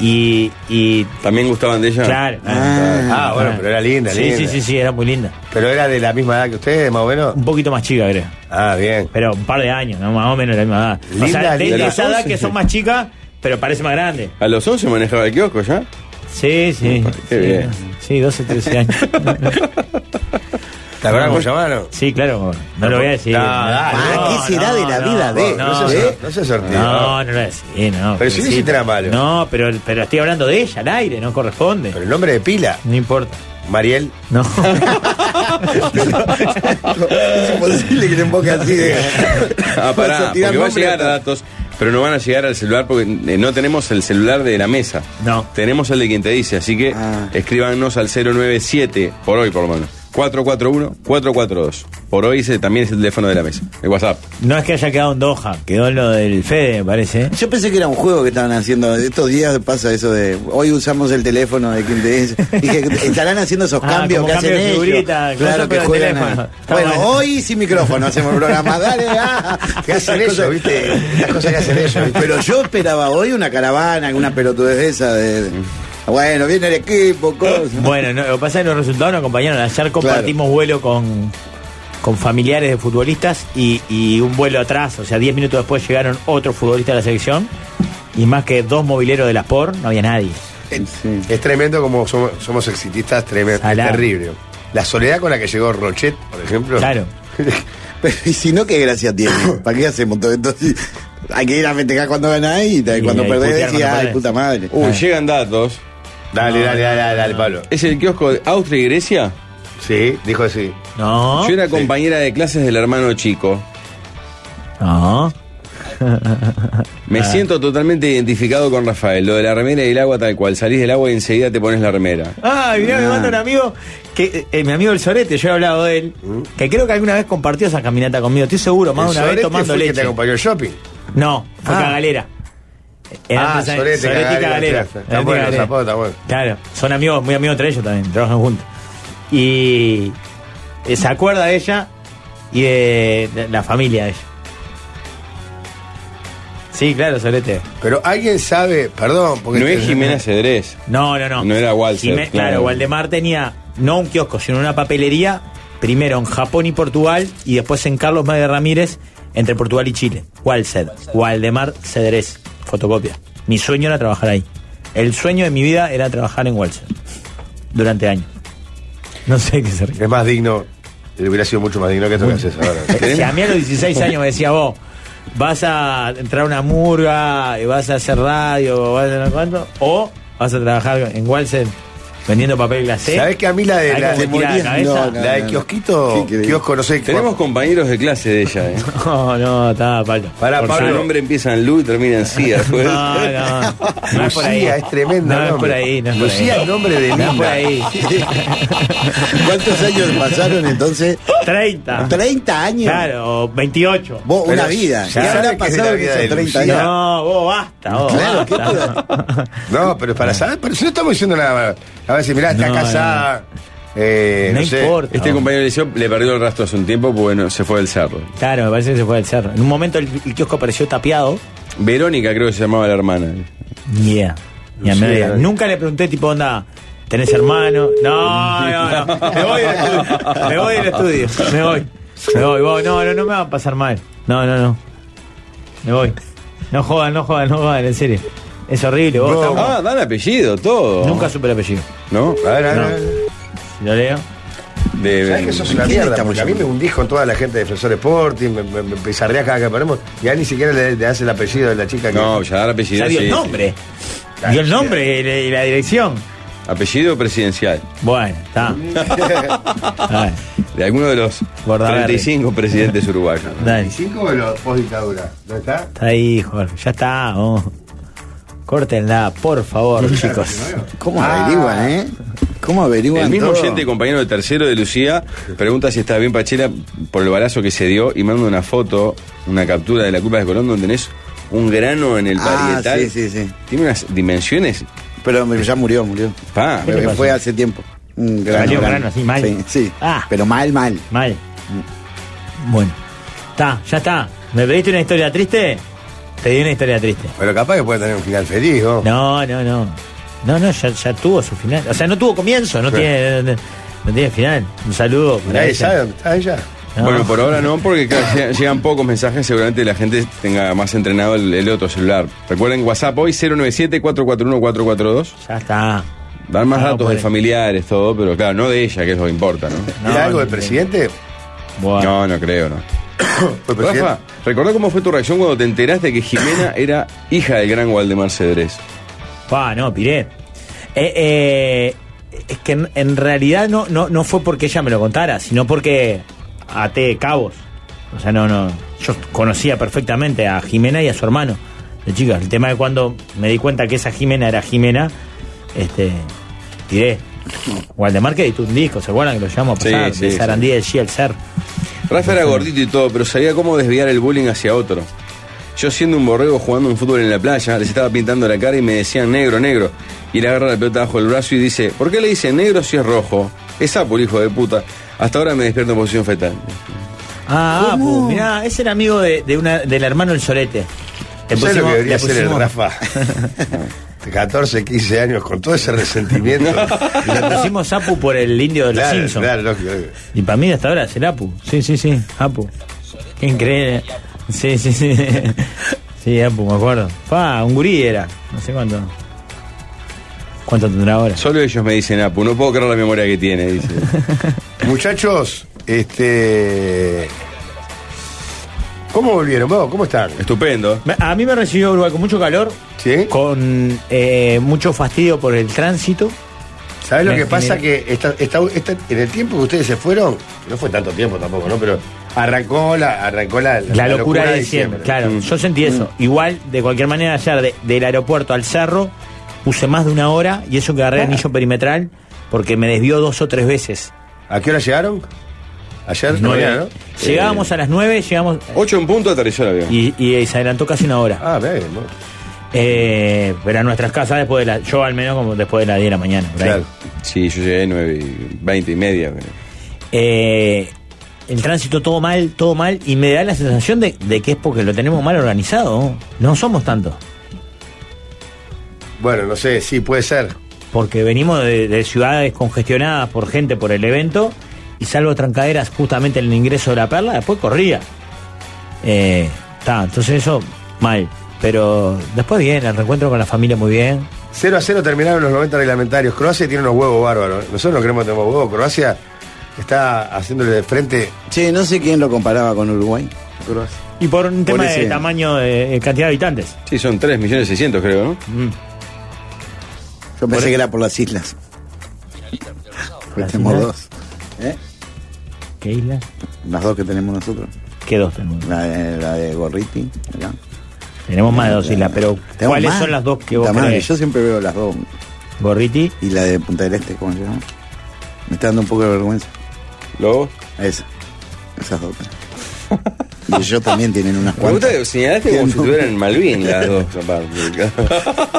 S6: Y. y
S8: También gustaban de ella.
S6: claro.
S5: Ah, bueno, pero era linda,
S6: sí,
S5: linda.
S6: Sí, sí, sí, era muy linda.
S5: Pero era de la misma edad que ustedes, más o menos.
S6: Un poquito más chica, creo.
S5: Ah, bien.
S6: Pero un par de años, ¿no? más o menos la misma edad. o
S5: Linda,
S6: sea, de-
S5: linda.
S6: de esa edad que
S8: Sí,
S6: son
S8: sí.
S6: más chicas, pero parece más grande.
S8: A los 11 manejaba el
S7: *laughs*
S8: kiosco ya.
S6: Sí, sí.
S8: Qué
S6: sí,
S8: bien.
S6: Sí, 12,
S5: *laughs*
S6: 13 años.
S5: ¿Te acuerdas cómo llamaron?
S6: Sí, claro, no lo voy a decir.
S5: No, dale.
S7: Ah, ¿qué será de la vida de?
S6: No, no,
S5: No, se-
S7: ¿eh?
S5: no se sortió.
S6: no, no lo voy a decir, no.
S5: Pero si no hiciste
S6: sí.
S5: nada malo.
S6: No, pero, pero estoy hablando de ella al aire, no corresponde.
S5: Pero el nombre de pila,
S6: No importa.
S5: Mariel. *laughs*
S6: No. *laughs*
S7: es imposible que le emboque así de.
S8: Ah,
S7: Vas
S8: pará,
S7: a tirar
S8: porque va a
S7: nombre
S8: llegar a
S7: hasta-
S8: datos, pero no van a llegar al celular porque eh, no tenemos el celular de la mesa.
S6: No.
S8: Tenemos el de quien te dice, así que
S7: Ah.
S8: escríbanos al 097, por hoy por lo menos. 441-442. Por hoy ese también es el teléfono de la mesa. El WhatsApp.
S6: No es que haya quedado en Doha, quedó en lo del Fede, me parece.
S7: Yo pensé que era un juego que estaban haciendo. Estos días pasa eso de. Hoy usamos el teléfono de quien te
S6: *laughs*
S7: dice. Dije, estarán haciendo esos
S6: Ah,
S7: cambios
S6: como
S7: que
S6: cambio
S7: hacen
S6: de
S7: ellos.
S6: figurita, cosa,
S7: claro que
S6: pero el
S7: juegan.
S6: teléfono.
S7: a-
S6: Está
S7: Bueno,
S6: bueno.
S7: hoy sin micrófono hacemos el programa. Dale,
S6: *laughs*
S7: ah.
S5: ¿Qué hacen ellos, viste? Las cosas que hacen ellos, ¿viste?
S7: Pero yo esperaba hoy una caravana, alguna pelotudez de esa de. Bueno, viene el equipo, cosas.
S6: Bueno, no, lo que pasa es que los resultados nos acompañaron. Ayer compartimos vuelo con, con familiares de futbolistas y, y un vuelo atrás, o sea, 10 minutos después llegaron otros futbolistas de la selección y más que dos mobileros de las POR, no había nadie.
S5: Es tremendo como somos, somos exitistas, tremendo. Es
S6: Salado.
S5: terrible. La soledad con la que llegó Rochet, por ejemplo.
S6: Claro.
S7: Pero, y si no, ¿qué gracia
S6: *coughs*
S7: tiene? ¿Para qué hacemos todo? Entonces, hay que ir a festejar cuando ganás y,
S6: Y
S7: cuando
S6: ahí
S7: perdés decís,
S6: putear cuando
S7: ay,
S6: perdés".
S7: puta madre.
S8: Uy, llegan datos.
S5: Dale, dale, dale, dale, dale, Pablo.
S8: ¿Es el kiosco de Austria y Grecia?
S5: Sí, dijo así.
S6: No.
S8: Yo era compañera de clases del hermano chico.
S6: No.
S8: Me
S6: Ah.
S8: siento totalmente identificado con Rafael. Lo de la remera y el agua tal cual. Salís del agua y enseguida te pones la remera.
S6: Ah, mirá, me
S8: Ah.
S6: manda un amigo, que eh, mi amigo el Sorete, yo he hablado de él, que creo que alguna vez compartió esa caminata conmigo, estoy seguro, más
S5: Mm. El
S6: de una vez
S5: Sorete
S6: tomando
S5: fue el
S6: leche.
S5: que te acompañó al shopping.
S6: No, fue
S5: Ah.
S6: Cagalera.
S5: Ah,
S6: antes-
S5: Sorete, Cagalera, está
S6: Sorete y
S5: bueno,
S6: Cagalera.
S5: está bueno, está bueno.
S6: Claro, son amigos, muy amigos entre ellos también, trabajan juntos. Y eh, se acuerda de ella y de la- la familia de ella. Sí, claro, Sorete.
S5: Pero alguien sabe, perdón, porque. este
S8: No es Jimena Cedrés.
S6: No, no, no.
S8: No era Walser,
S6: Jime- claro,
S8: claro.
S6: Waldemar tenía no un kiosco, sino una papelería, primero en Japón y Portugal, y después en Carlos María Ramírez, entre Portugal y Chile. Walser, Waldemar Cedrés, fotocopia. Mi sueño era trabajar ahí. El sueño de mi vida era trabajar en Walser durante años. No sé qué se ríe.
S5: Es más digno, eh, hubiera sido mucho más digno que esto que haces ahora. *laughs*
S6: Si a mí a los 16 años me decía vos, vas a entrar a una murga, y vas a hacer radio, vas a no sé cuánto, o vas a trabajar en Walsen vendiendo papel glacé.
S5: ¿Sabés
S6: *laughs*
S5: que a mí la de
S6: Ahí
S5: la,
S6: como
S5: de-
S6: te tira la
S5: morías-
S6: cabeza.
S5: no, la de
S7: Qué
S5: kiosquito,
S7: increíble.
S5: kiosco, no sé
S8: Tenemos compañeros de clase de
S6: *laughs*
S8: ella, ¿eh?
S6: No, Oh, no, está, Pablo.
S5: Pará,
S6: Por
S8: Su
S5: Pablo.
S8: nombre empieza en Lu y termina en
S6: *laughs*
S8: Cia.
S6: No,
S8: pues.
S5: *laughs*
S6: no. No es por ahí.
S5: Lucía, es tremenda.
S6: No es por ahí, no es por
S5: Lucía,
S6: ahí.
S5: el nombre de
S6: No es por
S5: Linda.
S6: ahí.
S5: *laughs*
S7: ¿Cuántos años pasaron entonces?
S6: 30.
S7: 30 años.
S6: Claro, o 28.
S7: Vos,
S5: Pero
S7: una vida. ¿Qué
S5: ya sabes
S7: habrá
S5: que es la
S7: pasado en
S5: vida de
S7: esos 30
S5: Lucía.
S7: años?
S6: No, vos basta, vos.
S7: Claro, ¿qué
S6: basta.
S5: No, pero para saber, pero si no estamos diciendo nada. A ver si mirá, está
S6: No,
S5: casada. eh,
S6: No
S5: no sé.
S6: importa.
S8: Este compañero de liceo le perdió el rastro hace un tiempo, porque, bueno, se fue del cerro.
S6: Claro, me parece que se fue al cerro. En un momento el, el kiosco apareció tapiado.
S8: Verónica creo que se llamaba la hermana.
S6: Ni idea. Ni a
S5: Lucía,
S6: media.
S5: ¿no?
S6: Nunca le pregunté, tipo, onda, ¿tenés hermano? No, no, no. Me voy del estudio. Me voy del estudio. Me voy. Me voy. Vos, No, no, no me va a pasar mal. No, no, no. Me voy. No jodan, no jodan, no jodan, en serio. Es horrible. Vos, estamos-
S8: Ah, dan apellido, todo.
S6: Nunca supe el apellido.
S8: ¿No?
S5: A ver, Eh, a ver,
S6: No.
S5: a ver.
S6: Si lo leo.
S8: De-
S5: ¿Sabés que sos una
S7: ¿Quién
S5: mierda?
S7: estamos
S5: Porque a mí me
S7: llamando?
S5: hundí con toda la gente de Defensor Sporting, me, me, me pizarreás cada que ponemos. Y a ni siquiera le, le hace el apellido de la chica que.
S8: No, ya dar apellido.
S6: Ya dio
S8: sí,
S6: el
S8: sí.
S6: nombre. Dio el nombre y la, y la dirección.
S8: Apellido presidencial.
S6: Bueno,
S8: *laughs*
S6: está. Está bien.
S8: De alguno de los
S6: Bordaberry.
S8: 35 presidentes uruguayos.
S6: Dale.
S5: 25 o los post dictadura? ¿No está?
S6: Está ahí, Jorge. Ya está. vamos. Córtenla, por favor, chicos.
S7: ¿Cómo
S6: Ah.
S7: averiguan, eh? ¿Cómo averiguan
S8: El mismo
S7: todo?
S8: oyente y compañero de tercero de Lucía pregunta si está bien Pachela por el balazo que se dio y manda una foto, una captura de la culpa de Colón donde tenés un grano en el
S7: Ah,
S8: parietal.
S7: sí, sí, sí.
S8: Tiene unas dimensiones.
S7: Pero me- ya murió, murió.
S8: Pa,
S6: ¿Qué le
S7: Pero
S6: pasó?
S7: fue hace tiempo. Un grano,
S6: Salió
S7: grano.
S6: grano así, mal.
S7: Sí, sí.
S6: Ah.
S7: Pero mal, mal.
S6: Mal. Bueno. Está, ya está. ¿Me pediste una historia triste? Te di una historia triste.
S5: Pero capaz que puede tener un final feliz, ¿no?
S6: No, no, no. No, no, ya, ya tuvo su final. O sea, no tuvo comienzo, no,
S5: Sí.
S6: tiene, no, tiene final. Un saludo para
S5: Nadie
S6: ella.
S5: sabe dónde está ella.
S6: No.
S8: Bueno, por ahora no, porque claro,
S7: Ah.
S8: llegan- llegan pocos mensajes, seguramente la gente tenga más entrenado el, el otro celular. Recuerden WhatsApp hoy 097-441-442.
S6: Ya está.
S8: Dan más
S6: Ah,
S8: datos
S6: bueno.
S8: de familiares, todo, pero claro, no de ella, que es lo que importa, ¿no?
S6: No,
S5: ¿Era algo
S6: no
S5: del presidente?
S6: Bueno.
S8: No, no creo, no.
S5: ¿Fue presidente?
S8: Rafa, recordá cómo fue tu reacción cuando te enteraste que
S5: *coughs*
S8: Jimena era hija del gran Waldemar Cedrés.
S6: Pa, no, piré. Eh, eh, es que en, en realidad no, no, no fue porque ella me lo contara, sino porque até cabos. O sea, no, no. Yo conocía perfectamente a Jimena y a su hermano. De chicas, el tema de cuando me di cuenta que esa Jimena era Jimena, este, tiré. Waldemar que editó un disco, ¿se acuerdan que lo llamamos a
S8: Sí,
S6: pasar?
S8: sí,
S6: de
S8: sí.
S6: Sarandí del G al Ser.
S8: Rafa era gordito y todo, pero sabía cómo desviar el bullying hacia otro. Yo siendo un borrego jugando un fútbol en la playa, les estaba pintando la cara y me decían negro, negro. Y le agarra la pelota bajo el brazo y dice, ¿por qué le dicen negro si es rojo? Es sapo, el hijo de puta. Hasta ahora me despierto en posición fetal.
S6: Ah, pues, mirá, ese era amigo de, de una, del hermano El Sorete. Le
S5: ¿Sabes lo
S6: pusimos-
S5: que debería
S6: le
S5: hacer el
S6: pusimos-
S5: Rafa?
S6: *laughs*
S5: De 14, 15 años, con todo ese resentimiento.
S6: Le pusimos Apu por el indio de los
S5: claro,
S6: Simpsons.
S5: claro, lógico, lógico.
S6: Y para mí hasta ahora es el Apu. Sí, sí, sí, Apu. Qué increíble. Sí, sí, sí. Sí, Apu, me acuerdo. Pa, un gurí era. No sé cuánto. ¿Cuánto tendrá ahora?
S8: Solo ellos me dicen Apu, no puedo creer la memoria que tiene, dice.
S5: *laughs* Muchachos, este. ¿Cómo volvieron? Vos? ¿Cómo están?
S8: Estupendo.
S6: Me- A mí me recibió Uruguay con mucho calor,
S5: ¿Sí?
S6: con eh, mucho fastidio por el tránsito.
S5: ¿Sabes lo
S6: Me
S5: que pasa?
S6: genera-
S5: Que esta- esta- esta- en el tiempo que ustedes se fueron, no fue tanto tiempo tampoco, ¿no? Pero Arrancó la, arrancó la,
S6: La, locura, de diciembre, Mm. claro.
S5: Mm.
S6: Yo sentí eso. Igual, de cualquier manera, ayer de- del aeropuerto al cerro, puse más de una hora y eso que agarré anillo perimetral porque me desvió dos o tres veces.
S5: ¿A qué hora llegaron? Ayer,
S6: Nueve.
S5: mañana, Pues ¿no?
S6: Llegábamos a las 9, llegamos.
S8: 8 en punto aterrizó el avión.
S6: Y, y se adelantó casi una hora.
S5: Ah, bien,
S6: eh, Pero a nuestras casas después de la. Yo al menos como después de las 10 de la mañana. por ahí.
S8: Claro. Sí, yo llegué 9 y 20 y media. pero-
S6: Eh, el tránsito todo mal, todo mal, y me da la sensación de, de que es porque lo tenemos mal organizado. No somos tantos.
S5: Bueno, no sé, sí, puede ser.
S6: Porque venimos de, de ciudades congestionadas por gente por el evento, y salvo trancaderas justamente en el ingreso de la perla, después corría. Eh, ta, entonces eso, mal. Pero después bien, el reencuentro con la familia muy bien.
S5: 0 a 0 terminaron los 90 reglamentarios. Croacia tiene unos huevos bárbaros. Nosotros no creemos que tenemos huevos. Croacia está haciéndole de frente.
S7: Che, no sé quién lo comparaba con Uruguay.
S6: Y por un
S7: Por
S6: tema
S7: ese-
S6: de tamaño, de, de cantidad de habitantes.
S8: Sí, son 3 millones 600, creo, ¿no?
S7: Mm. Yo pensé que era por las islas. Pues tenemos
S6: islas?
S7: dos. ¿Eh?
S6: ¿Qué isla?
S7: Las dos que tenemos nosotros.
S6: ¿Qué dos tenemos?
S7: La de, la de Gorriti. acá.
S6: Tenemos más de Ah, dos
S7: La-
S6: islas, pero
S7: Eh, Tenemos
S6: ¿cuáles
S7: más.
S6: son las dos que vos
S7: Puta madre,
S6: crees?
S7: Yo siempre veo las dos.
S6: Gorriti.
S7: Y la de Punta del Este, ¿cómo se llama? Me está dando un poco de vergüenza.
S8: Luego.
S7: Esa. Esas dos. *laughs* y yo también tienen unas
S8: Me gusta
S7: cuantas.
S8: que señalaste como si estuvieran en Malvin las dos. aparte.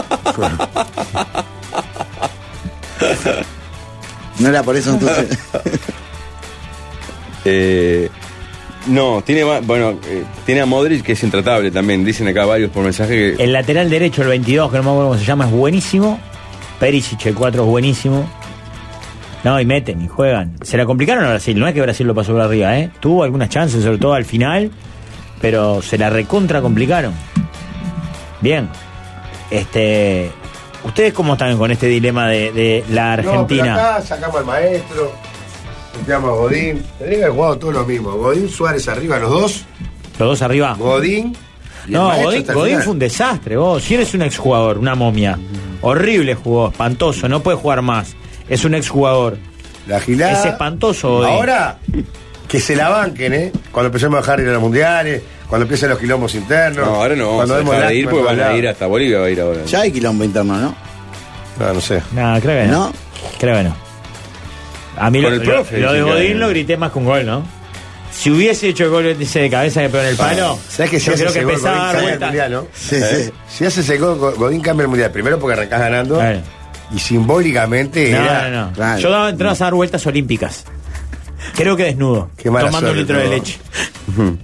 S7: No era por eso *laughs* entonces.
S8: Eh, no, tiene, va- bueno, eh, tiene a Modric que es intratable también. Dicen acá varios por mensaje que
S6: El lateral derecho, el 22, que no me acuerdo cómo se llama, es buenísimo. Perisic, el 4 es buenísimo. No, y meten y juegan. Se la complicaron a Brasil, no es que Brasil lo pasó por arriba, ¿eh? Tuvo algunas chances, sobre todo al final, pero se la recontra complicaron. Bien. Este. ¿Ustedes cómo están con este dilema de, de la
S5: No,
S6: Argentina?
S5: pero acá sacamos al maestro, limpiamos a Godín. Tendría que haber jugado todo lo mismo. Godín Suárez arriba, los dos.
S6: Los dos arriba.
S5: Godín. y el
S6: No,
S5: maestro
S6: Godín,
S5: hasta el
S6: Godín
S5: final.
S6: fue un desastre, vos. Si eres un exjugador, una momia. Horrible jugó, espantoso, no puede jugar más. Es un exjugador.
S5: La gilada.
S6: Es espantoso, Godín.
S5: Ahora, que se la banquen, ¿eh? Cuando empecemos a dejar ir a los mundiales, cuando empiecen los quilombos internos.
S8: No, ahora no vamos
S5: cuando
S8: a
S5: demos
S8: dejar de ir
S5: lástima,
S8: porque van
S5: cuando
S8: a ir
S5: la-
S8: hasta Bolivia, va a ir ahora.
S7: ya hay quilombo interno, ¿no?
S5: No, no sé.
S6: No, creo que no.
S7: ¿No?
S6: Creo que no. A mí
S8: Por
S6: lo,
S8: el profe,
S6: lo- lo de
S8: dicen que-
S6: Godín lo grité más que un gol, ¿no? Si hubiese hecho el gol ese de cabeza que pegó en el palo,
S5: ¿Sabes que si
S6: yo
S5: hace
S6: creo que
S5: ese gol,
S6: empezaba a
S5: Godín
S6: dar
S5: cambia el
S6: vuelta.
S5: mundial, ¿no? Eh,
S7: Sí, sí.
S5: Si haces ese gol, Go- Godín cambia el mundial. Primero porque arrancás ganando.
S6: Claro.
S5: Y simbólicamente
S6: No,
S5: era.
S6: no, no.
S7: claro.
S6: Yo daba entradas a dar vueltas olímpicas. Creo que desnudo,
S5: Qué mala
S6: tomando un
S5: suerte,
S6: litro de
S5: ¿no?
S6: leche.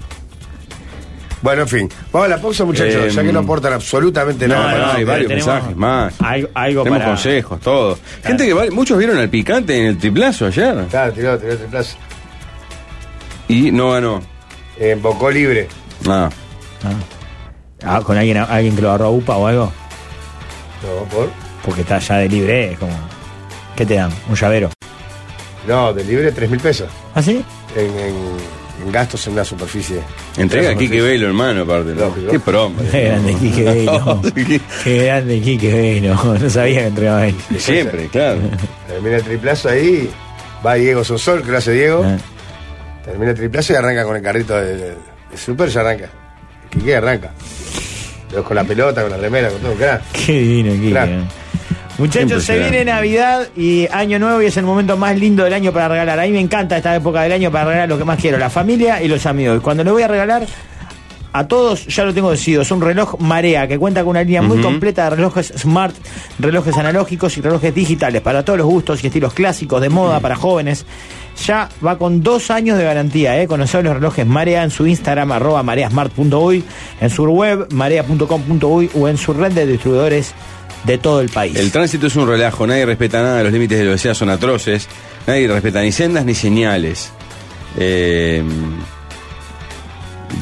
S5: Bueno, en fin. Vamos a la pausa, muchachos,
S8: Eh,
S5: ya que no aportan absolutamente
S6: No,
S5: nada.
S8: no,
S5: para
S8: hay
S5: nosotros.
S8: varios
S6: tenemos
S8: mensajes más.
S6: algo- algo
S8: Tenemos
S6: para-
S8: consejos, todo. Gente que va- muchos vieron al picante en el triplazo ayer
S5: Claro, tiró, tiró, tiró, plazo.
S8: y no ganó.
S5: En Bocó Libre.
S8: Nada.
S6: Ah, con alguien, alguien que lo agarró a UPA o algo,
S5: No, por.
S6: porque está ya de libre, es como. ¿Qué te dan? Un llavero.
S5: No, de libre 3 mil pesos.
S6: ¿Ah, sí?
S5: En, en- en gastos en una superficie.
S8: Entrega
S5: Una
S8: a Quique
S5: superficie.
S8: Velo, hermano, aparte. ¿no?
S5: Lógico.
S8: Qué promo.
S6: Qué grande Quique
S8: *laughs*
S6: Velo. Qué grande Quique Velo. *laughs* No sabía que entregaba él.
S8: Siempre, claro.
S5: Termina el triplazo ahí. Va Diego Sosol, que lo hace Diego.
S6: Ah.
S5: Termina el triplazo y arranca con el carrito de, de- de Super, ya arranca. Quique arranca. Pero con la pelota, con la remera, con todo, claro.
S6: Qué divino, Quique.
S5: Claro.
S6: ¿no? Muchachos, se
S8: Impresionante.
S6: viene Navidad y Año Nuevo y es el momento más lindo del año para regalar. A mí me encanta esta época del año para regalar lo que más quiero, la familia y los amigos. Y cuando lo voy a regalar a todos, ya lo tengo decidido, es un reloj Marea que cuenta con una línea muy completa de relojes smart, relojes analógicos y relojes digitales para todos los gustos y estilos clásicos de moda para jóvenes. Ya va con dos años de garantía, ¿eh? Conocer los relojes Marea en su Instagram, arroba mareasmart.uy, en su web, marea.com.uy o en su red de distribuidores de todo el país.
S8: El tránsito es un relajo, nadie respeta nada, los límites de velocidad son atroces, nadie respeta ni sendas ni señales. Eh,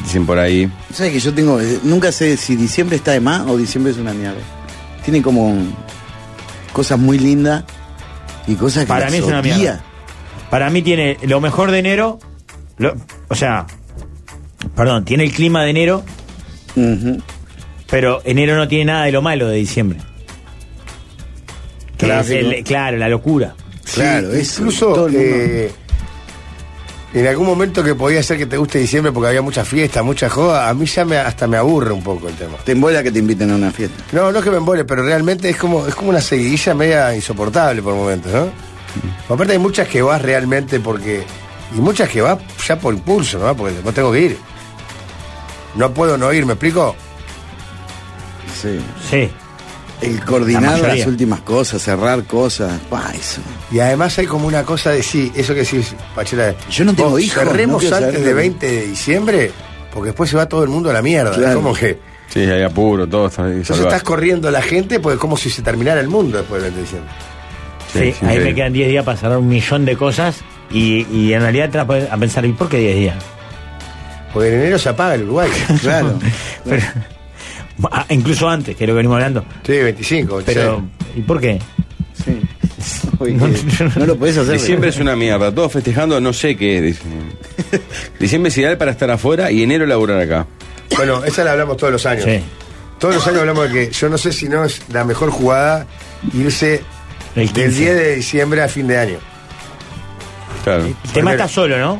S8: dicen por ahí.
S7: ¿Sabes que yo tengo.? eh, Nunca sé si diciembre está de más o diciembre es una mierda. Tiene como un- cosas muy lindas y cosas que.
S6: Para
S7: las
S6: mí es una
S7: odia.
S6: mierda. Para mí tiene lo mejor de enero, lo- o sea, perdón, tiene el clima de enero,
S7: Ujú.
S6: pero enero no tiene nada de lo malo de diciembre. Que es
S5: Tráfico.
S6: el- claro, la locura.
S7: Claro,
S5: Sí,
S7: eso,
S5: Incluso
S7: todo el mundo.
S5: eh, En algún momento que podía ser que te guste diciembre porque había mucha fiesta, mucha joda, a mí ya me, hasta me aburre un poco el tema.
S7: Te embola que te inviten a una fiesta.
S5: No, no es que me embole, pero realmente es como, es como una seguidilla media insoportable por momentos, ¿no?
S7: Mm.
S5: Aparte hay muchas que vas realmente porque... Y muchas que vas ya por impulso, ¿no? Porque no tengo que ir. No puedo no ir, ¿me explico?
S7: Sí.
S6: Sí.
S7: El coordinar
S6: La mayoría.
S7: las últimas cosas, cerrar cosas. pa, *laughs* eso.
S5: Y además hay como una cosa de sí, eso que decís, Pachela.
S7: Yo no tengo
S5: vos
S7: hijos, no
S5: Cerremos
S7: quiero
S5: antes
S7: saber
S5: de
S7: de-
S5: 20 de diciembre, porque después se va todo el mundo a la mierda.
S7: Claro.
S5: Es como que.
S8: Sí, hay apuro, todo está ahí.
S5: Entonces
S8: salvaje.
S5: estás corriendo a la gente, pues como si se terminara el mundo después del 20 de diciembre.
S6: Sí,
S8: Sí, es
S6: ahí
S8: increíble.
S6: me quedan 10 días para cerrar un millón de cosas y, y en realidad te vas a poner a pensar, ¿y por qué 10 días?
S5: Porque en enero se apaga el Uruguay.
S7: *laughs* Claro.
S6: Pero- *laughs* Ah, incluso antes, que es lo que venimos hablando.
S5: Sí, 25,
S6: Pero, ¿y por qué?
S7: Sí. Oye, no lo podés hacer.
S8: Diciembre es una mierda, todos festejando, no sé qué
S5: *laughs*
S8: es. dicen. Diciembre es ideal para estar afuera y enero laburar acá.
S5: Bueno, esa la hablamos todos los años.
S6: Sí.
S5: Todos los años hablamos de que yo no sé si no es la mejor jugada irse
S6: El
S5: del
S6: 15.
S5: 10 de diciembre a fin de año.
S8: Claro.
S6: El tema
S5: Primero.
S6: está solo, ¿no?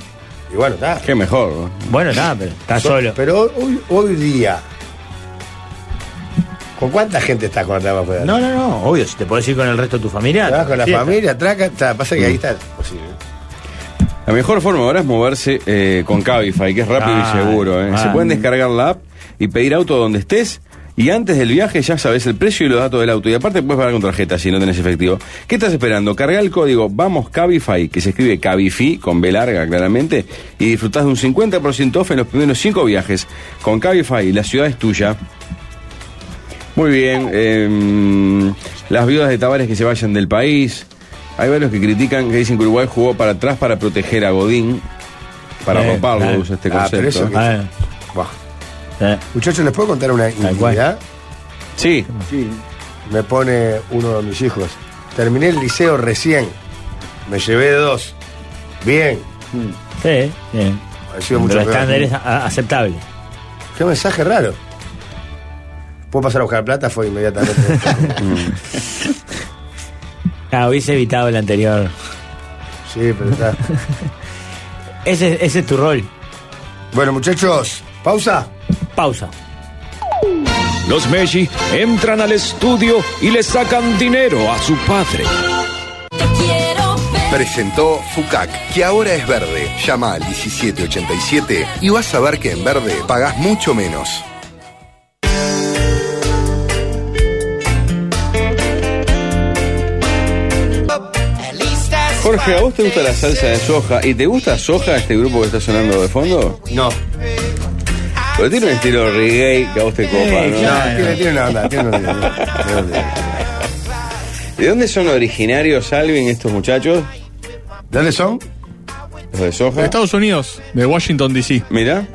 S5: Y bueno, está.
S8: Qué mejor. ¿no?
S6: Bueno, nada, pero está solo.
S5: Pero hoy, hoy día. ¿Con cuánta gente estás cuando te vas afuera?
S6: No, no, no, obvio, si te podés ir con el resto de tu familia.
S5: Te vas con la
S6: fiesta.
S5: familia, traca, está. Pasa que ahí está. posible.
S8: La mejor forma ahora es moverse eh, con Cabify, que es rápido
S6: Ah,
S8: y seguro. ¿eh?
S6: ah.
S8: Se pueden descargar la app y pedir auto donde estés. Y antes del viaje ya sabes el precio y los datos del auto. Y aparte puedes pagar con tarjeta si no tenés efectivo. ¿Qué estás esperando? Carga el código Vamos Cabify, que se escribe Cabify, con B larga claramente, y disfrutás de un 50% off en los primeros 5 viajes. Con Cabify, la ciudad es tuya. Muy bien. eh, las viudas de Tavares que se vayan del país. Hay varios que critican que dicen que Uruguay jugó para atrás para proteger a Godín. Para
S6: Eh,
S8: romperlo,
S6: claro.
S8: usa este
S5: Ah,
S8: concepto.
S5: pero eso
S6: A ver,
S5: Buah.
S6: eh,
S5: Muchachos, ¿les puedo contar una
S6: cual.
S5: intimidad?
S8: ¿eh? Sí,
S7: Sí.
S5: Me pone uno de mis hijos. Terminé el liceo recién. Me llevé dos. Bien.
S6: sí, bien.
S5: Ha sido mucho
S6: Pero el
S5: peor.
S6: estándar es a- aceptable.
S5: Qué mensaje raro. ¿Puedo pasar a buscar plata? Fue inmediatamente.
S6: Ah, hubiese evitado el anterior.
S5: sí, pero está.
S6: Ese, ese es tu rol.
S5: Bueno, muchachos, pausa.
S6: Pausa.
S11: Los Messi entran al estudio y le sacan dinero a su padre.
S12: Presentó FUCAC, que ahora es verde. Llama al 1787 y vas a ver que en verde pagás mucho menos.
S8: Jorge, ¿a vos te gusta la salsa de soja? ¿Y te gusta soja este grupo que está sonando de fondo?
S5: No.
S8: Pero tiene un estilo reggae que a vos te copa,
S5: No,
S8: ¿no?
S5: tiene, tiene una onda, tiene una onda. tiene una onda.
S8: ¿De dónde son originarios, Alvin, estos muchachos?
S5: ¿De dónde son?
S8: Los de
S13: De
S8: soja.
S13: Estados Unidos, de Washington DC.
S8: Mira.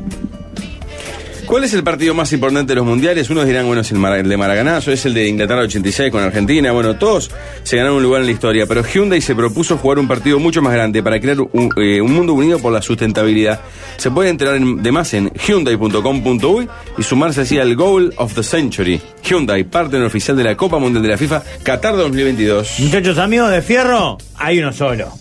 S8: ¿Cuál es el partido más importante de los mundiales? Unos dirán, bueno, es el, Mara- el de Maracanazo, es el de Inglaterra 86 con Argentina. Bueno, todos se ganaron un lugar en la historia, pero Hyundai se propuso jugar un partido mucho más grande para crear un, eh, un mundo unido por la sustentabilidad. Se puede enterar en- de más en hyundai.com.uy y sumarse así al Goal of the Century. Hyundai, partner oficial de la Copa Mundial de la FIFA Qatar 2022.
S6: Muchachos amigos de Fierro, hay uno solo.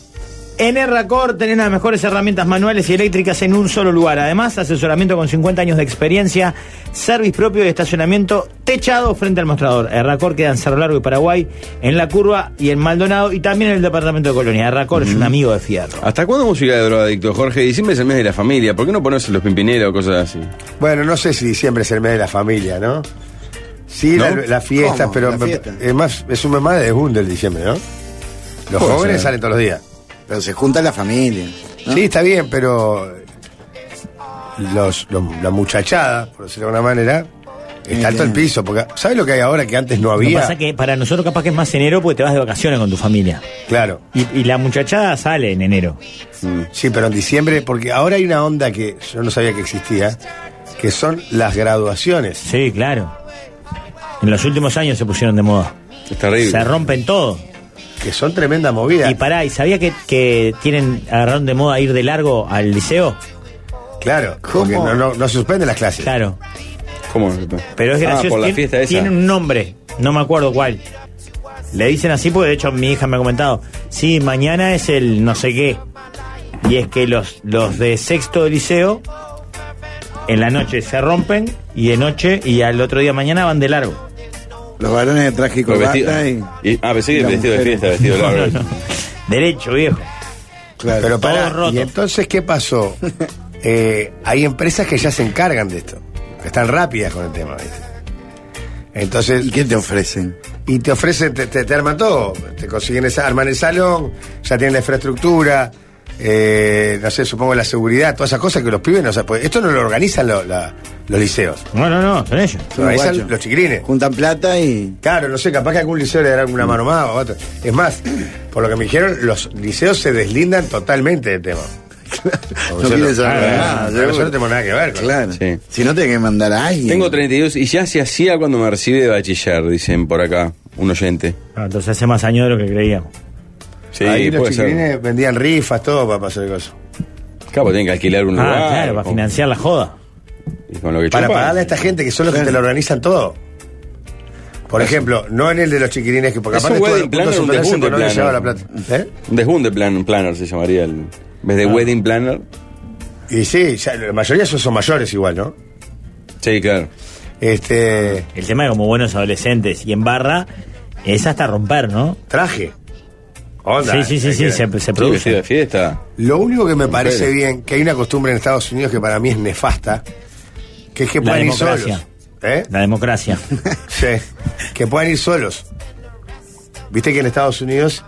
S6: En Erracor tenés las mejores herramientas manuales y eléctricas en un solo lugar. Además, asesoramiento con 50 años de experiencia, service propio y estacionamiento techado frente al mostrador. Erracor queda en Cerro Largo y Paraguay, en La Curva y en Maldonado y también en el departamento de Colonia. Erracor es un amigo de Fierro.
S8: ¿Hasta cuándo música de drogadicto, Jorge? Diciembre es el mes de la familia. ¿Por qué no ponerse los pimpineros o cosas así?
S5: Bueno, no sé si diciembre es el mes de la familia, ¿no? Sí,
S8: ¿No?
S5: la- las fiestas,
S7: ¿Cómo?
S5: pero
S7: ¿La fiesta?
S5: es más, es un mes más de junio el diciembre, ¿no? Los
S8: Puede
S5: jóvenes
S8: ser.
S5: salen todos los días.
S7: Pero se junta la familia. ¿no?
S5: Sí, está bien, pero los, los- la muchachada, por decirlo de alguna manera, está alto el piso. Porque, ¿Sabes lo que hay ahora que antes no
S6: Lo que
S5: había?
S6: pasa es que para nosotros capaz que es más enero porque te vas de vacaciones con tu familia.
S5: Claro.
S6: Y, y la muchachada sale en enero.
S5: Sí, pero en diciembre, porque ahora hay una onda que yo no sabía que existía, que son las graduaciones.
S6: Sí, claro. En los últimos años se pusieron de moda.
S8: Es terrible.
S6: Se rompen todo.
S5: que son tremenda movida.
S6: Y pará, ¿y sabía que, que tienen agarraron de moda ir de largo al liceo?
S5: claro,
S7: ¿Cómo?
S5: porque no, no, no se suspenden las clases.
S6: Claro.
S8: ¿Cómo?
S6: Pero es gracioso.
S8: Ah, por la
S6: Tien-
S8: fiesta esa.
S6: Tiene un nombre, no me acuerdo cuál. Le dicen así porque de hecho mi hija me ha comentado, sí, mañana es el no sé qué. Y Y es que los, los de sexto de liceo en la noche se rompen y de noche y al otro día mañana van de largo.
S7: Los varones de traje y
S6: Los
S7: corbata y...
S6: vestidos-
S8: ah, pensé
S6: y
S8: que el
S6: las
S8: vestido de
S6: mujeres.
S8: fiesta,
S6: *laughs*
S8: vestido
S6: No,
S8: largo.
S6: no, no. Derecho, viejo.
S5: Pero
S6: Todo
S5: para,
S6: roto.
S5: ¿y entonces qué
S7: *laughs*
S5: pasó? Eh, hay empresas que ya se encargan de esto, que están rápidas con el tema. ¿viste? Entonces, ¿Y
S7: qué te ofrecen?
S5: Y te ofrecen, te, te- te arman todo. Te consiguen, esa, arman el salón, ya tienen la infraestructura, eh, no sé, supongo la seguridad, todas esas cosas que los pibes no saben. Pues esto no lo organizan lo- la- los liceos.
S6: No, no, no, son ellos.
S5: Lo organizan los chiquilines.
S7: Juntan plata y.
S5: Claro, no sé, capaz que algún liceo le dará alguna mano más o otra. Es más, por lo que me dijeron, los liceos se deslindan totalmente del tema.
S7: No quieren saber
S5: Claro,
S7: nada,
S5: claro,
S7: seguro.
S5: nosotros no tenemos nada que ver. con-
S7: Claro. Si no, tiene que mandar a alguien.
S8: Tengo 32 y ya se hacía cuando me recibí de bachiller, dicen por acá, un oyente.
S6: Ah, entonces hace más años de lo que creíamos.
S8: Sí,
S5: Ahí los
S8: puede ser.
S5: chiquilines vendían rifas, todo para pasar cosas.
S8: Claro, tienen que alquilar un
S6: Ah,
S8: lugar.
S6: claro, para
S8: con-
S6: financiar la joda.
S8: y con lo que
S5: Para
S8: chupan.
S5: pagarle a esta gente que son los que te lo organizan todo. Por ejemplo, no en el de los chiquilines que porque
S8: Es
S5: aparte
S8: un
S5: estuvo
S8: wedding
S5: a punto de
S8: planner, un
S5: sostenerse,
S8: desbunde
S5: pero no le llegaba la
S8: planner.
S5: plata. ¿Eh?
S8: Un desbunde plan, planner se llamaría. El, en vez
S6: Ah.
S8: de wedding planner.
S5: Y sí, ya, la mayoría son, son mayores igual, ¿no?
S8: Sí, claro.
S5: Este.
S6: El tema de como buenos adolescentes y en barra es hasta romper, ¿no?
S5: Traje. Onda,
S6: sí, sí, sí,
S5: hay
S6: sí,
S5: que-
S6: se, se
S5: Sí,
S6: produce.
S5: vestido
S8: de fiesta.
S5: Lo único que me
S6: Mujeres.
S5: parece bien, que hay una costumbre en Estados Unidos que para mí es nefasta, que es que
S6: La
S5: puedan ir
S6: democracia.
S5: solos. ¿Eh?
S6: La democracia.
S5: *laughs* Sí, que puedan ir solos. Viste que en Estados Unidos,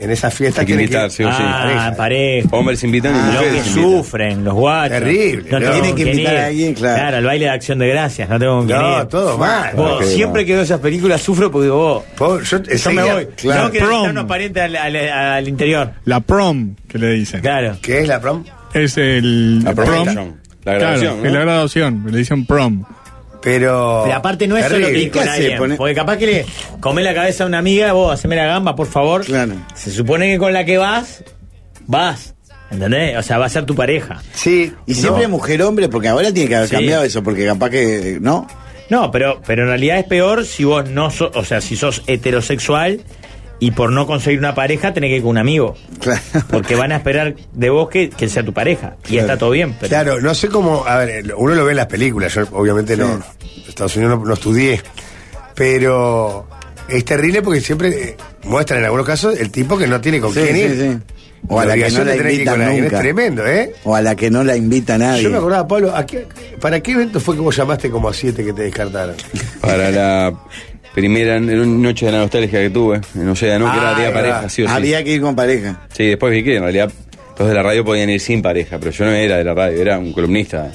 S5: en esas fiestas...
S8: Hay que
S5: tienen
S8: invitar, sí o sí.
S6: Ah, pareja.
S8: Hombres invitan y
S6: los Ah, que
S8: mujeres invitan.
S6: sufren, los guachos.
S5: Terrible, ¿no?
S6: No, tengo
S5: Tienen que
S6: con quién
S5: invitar
S6: ir.
S5: a alguien, claro.
S6: el baile de acción de gracias, no tengo con quién
S5: No,
S6: ir.
S5: todo mal.
S6: Vos,
S5: Claro que
S6: siempre que veo esas películas sufro porque vos.
S5: yo,
S6: me
S5: enseguida-
S6: voy.
S5: claro.
S6: Tengo que
S5: Prom.
S6: visitar unos parientes al, al- al interior.
S13: La prom, que le dicen.
S6: Claro.
S5: ¿Qué es la prom?
S13: Es el
S8: La
S13: prom.
S8: promoción, la graduación,
S13: Claro,
S8: ¿no?
S13: es la graduación. Le dicen prom.
S7: Oh,
S5: Pero.
S6: Pero aparte no es solo que ir con alguien, porque capaz que le comés la cabeza a una amiga, vos haceme la gamba, por favor. Se supone que con la que vas, vas. ¿Entendés? O sea, va a ser tu pareja.
S5: Sí.
S7: Y siempre mujer-hombre, porque ahora tiene que haber
S6: Sí.
S7: cambiado eso, porque capaz que. eh, ¿No?
S6: No, pero, pero en realidad es peor si vos no sos, o sea, si sos heterosexual y por no conseguir una pareja tenés que ir con un amigo. Porque van a esperar de vos que, que sea tu pareja. Y está todo bien. Pero
S5: Claro, no sé cómo. A ver, uno lo ve en las películas. Yo, obviamente, no. Estados Unidos no, no estudié. Pero es terrible porque siempre eh, muestran en algunos casos el tipo que no tiene con
S7: Sí,
S5: quién
S7: sí,
S5: ir.
S7: sí.
S5: O a la que no
S7: la invitan
S5: Es
S7: nunca.
S5: tremendo, ¿eh?
S7: O a la que no la invita nadie.
S5: Yo me acordaba, Pablo, ¿a qué- ¿para qué evento fue que vos llamaste como a siete que te descartaron?
S8: Para la primera noche de la nostalgia que tuve, no sé, no que era
S7: Ah,
S8: día
S7: es
S8: pareja,
S7: verdad.
S8: sí o sí.
S7: Había que ir con pareja.
S8: Sí, después vi que en realidad los de la radio podían ir sin pareja, pero yo no era de la radio, era un columnista.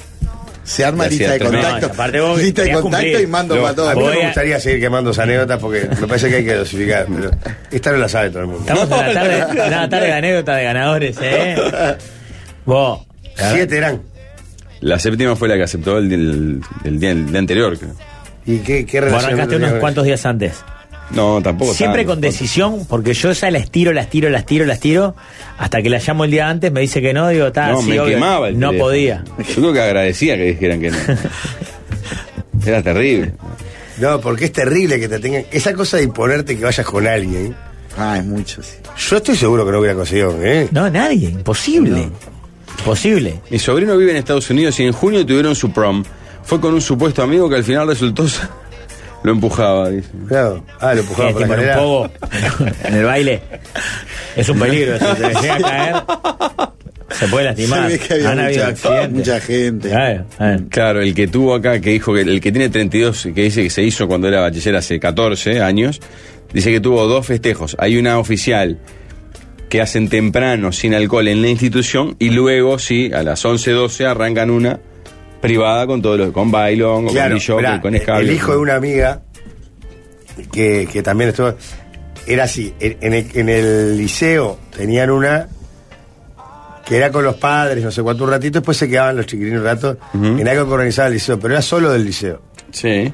S7: Se arma
S8: lista de contactos.
S6: aparte vos
S7: Lista de
S6: querías
S7: contacto
S6: cumplir.
S7: y mando
S5: Yo-
S7: para todos.
S5: A mí no me gustaría seguir quemando esas anécdotas porque me parece que hay que dosificar. Pero esta no la sabe todo el mundo.
S6: estamos en la tarde, una tarde de anécdotas de ganadores,
S7: *laughs*
S6: ¿eh? Vos.
S5: Siete eran.
S8: La séptima fue la que aceptó el, el- el día, el día anterior, creo.
S5: ¿Y qué, qué
S6: Vos
S5: relación
S6: arrancaste
S5: tenía
S6: unos
S5: con
S6: cuantos días antes.
S8: No, tampoco.
S6: Siempre
S8: tanto.
S6: con decisión, porque yo esa la estiro, la estiro, la estiro, la estiro, hasta que la llamo el día antes, me dice que no, digo, está,
S8: No,
S6: sí,
S8: me
S6: obvio,
S8: quemaba el
S6: no
S8: teléfono.
S6: podía.
S8: Yo creo que agradecía que
S6: *laughs*
S8: dijeran que no. Era terrible.
S5: No, porque es terrible que te tengan. Esa cosa de imponerte que vayas con alguien.
S7: Ah, es mucho, sí.
S5: Yo estoy seguro que no hubiera conseguido, ¿eh?
S6: No, nadie, imposible. Imposible.
S8: Mi sobrino vive en Estados Unidos y en junio tuvieron su prom. Fue con un supuesto amigo que al final resultó. *laughs* Lo empujaba, dice.
S5: Claro. Ah, lo empujaba
S6: Sí,
S5: por la
S6: Eh, tipo, en un
S5: escalera.
S6: pogo, en el baile. Es un peligro, si te llega a caer, se
S7: *laughs*
S6: puede lastimar.
S7: Se ve que había
S6: Han habido
S7: mucha-
S6: accidentes.
S7: mucha gente.
S6: Claro,
S8: Claro, el que tuvo acá, que dijo que el que tiene 32, que dice que se hizo cuando era bachiller hace 14 años, dice que tuvo dos festejos. Hay una oficial que hacen temprano sin alcohol en la institución y luego, sí, a las 11, 12 arrancan una privada con todos los, con bailón,
S5: Claro,
S8: con Billy
S5: mirá,
S8: Jockey, con escabio.
S5: El hijo de una amiga que, que también estuvo. Era así. En en el, en el liceo tenían una que era con los padres, no sé cuánto, un ratito. Después se quedaban los chiquilines un rato en algo que organizaba el liceo. Pero era solo del liceo.
S8: Sí.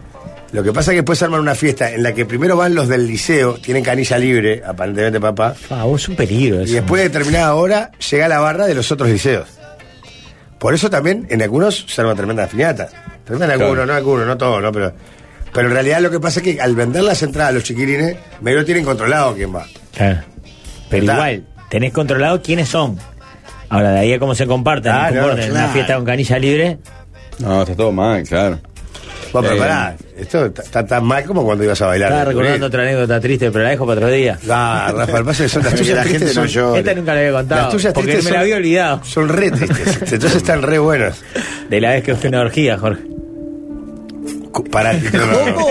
S5: Lo que pasa es que después arman una fiesta en la que primero van los del liceo, tienen canilla libre, aparentemente papá.
S6: Ah, vos es un peligro eso.
S5: Y después de determinada hora llega la barra de los otros liceos. Por eso también en algunos se arma tremenda piñata. Tremenda en
S8: Claro.
S5: algunos, no algunos, no todos, ¿no? Pero, pero en realidad lo que pasa es que al vender las entradas a los chiquirines, medio tienen controlado quién va.
S6: Claro. Pero
S5: Está.
S6: igual, tenés controlado quiénes son. Ahora, de ahí a cómo se comparten,
S5: Claro,
S6: comporten en una
S5: claro.
S6: fiesta con canilla libre.
S8: No, está todo mal, claro.
S5: Bueno, pero
S6: Eh,
S5: pará, esto está- está tan mal como cuando ibas a bailar.
S6: Estaba recordando otra anécdota triste, pero la dejo para otro día.
S5: Ah, Rafa, lo que pasa es que son las tuyas
S6: *laughs* Las
S5: tristes
S6: tuyas
S5: son-
S6: son- Esta nunca la había contado.
S5: Las tuyas
S6: porque
S5: tristes
S6: me la
S5: son-
S6: había olvidado.
S5: Son re tristes.
S6: *laughs*
S5: Entonces están re buenas.
S6: De la vez que fue una
S5: *laughs*
S6: orgía, Jorge. *laughs*
S5: Pará, no, no, no.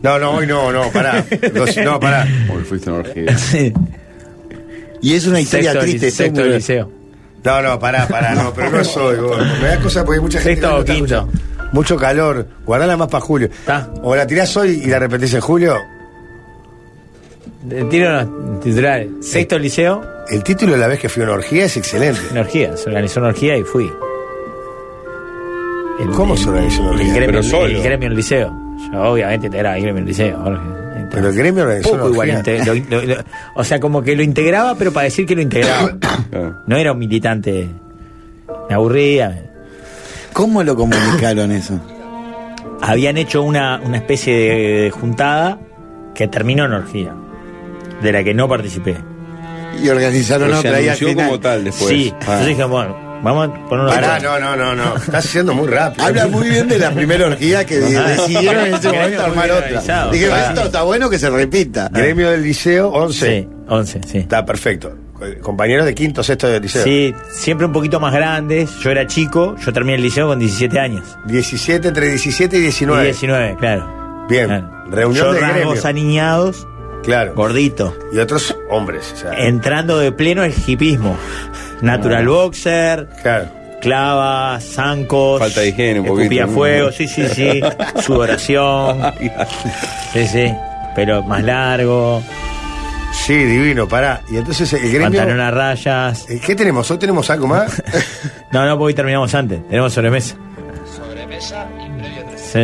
S5: No, no, hoy no, no, pará. Los- no, pará.
S8: Hoy fuiste una *laughs* orgía.
S7: Y es una historia
S5: Sexto,
S7: triste.
S5: sexto
S7: está muy-
S5: liceo. No, no, pará, pará, no, pero no es hoy, gordo. *laughs* Me da cosa porque hay mucha gente.
S6: Sexto o
S5: que no está escuchando. Mucho calor. Guardala más para julio. O la tirás hoy y la repetís en julio.
S6: Eh, Tiro unos titulares. Sexto liceo.
S5: El título de la vez que fui a una orgía es excelente.
S6: Una orgía, se organizó una orgía y fui. El-
S5: ¿Cómo
S6: el-
S5: se organizó una orgía?
S6: El gremio,
S5: Pero
S6: el-
S5: solo.
S6: el gremio en el liceo. Yo, obviamente era el gremio en el liceo, Jorge.
S5: Pero el gremio organizó
S6: Poco
S5: una
S6: igual.
S5: orgía.
S6: inte- lo- lo- lo- o sea, como que lo integraba, pero para decir que
S5: *coughs*
S6: lo integraba. no era un militante. Me aburría.
S7: ¿Cómo lo comunicaron eso?
S6: Habían hecho una, una especie de, de juntada que terminó en orgía, de la que no participé.
S7: Y organizaron
S5: Pero se otra ahí al anunció final. como tal después.
S6: Sí,
S5: Ah.
S6: entonces dije, bueno, vamos a poner una
S5: Pará, no, no, no, no. Estás haciendo muy rápido.
S7: *laughs* Habla muy bien de la primera orgía que
S5: Ah.
S7: decidieron en
S5: Gremio
S7: ese momento
S5: muy
S7: armar
S5: bien
S7: otra.
S5: organizado.
S7: Dije,
S5: Claro.
S7: esto está bueno que se repita.
S5: Gremio del Liceo, 11.
S6: Sí, 11, sí.
S5: Está perfecto. Compañeros de quinto, sexto del Liceo.
S6: Sí, siempre un poquito más grandes. Yo era chico, yo terminé el liceo con 17 años.
S5: 17, entre 17 y 19.
S6: Y 19, claro.
S5: Bien, reunión
S6: Yo
S5: de
S6: rasgos
S5: gremio.
S6: aniñados.
S5: Claro.
S6: Gordito.
S5: Y otros hombres. o sea,
S6: Entrando de pleno el hipismo. Natural boxer.
S5: Claro.
S6: Clavas, zancos.
S8: Falta de higiene un poquito.
S6: escupía fuego, sí, sí, sí. Sudoración. Sí, sí. Pero más largo.
S5: Sí, divino, pará. Y entonces el gremio.
S6: Pantalón a rayas.
S5: Eh, ¿Qué tenemos? ¿Hoy tenemos algo
S6: *laughs*
S5: más?
S6: No, no, porque hoy terminamos antes. Tenemos sobremesa.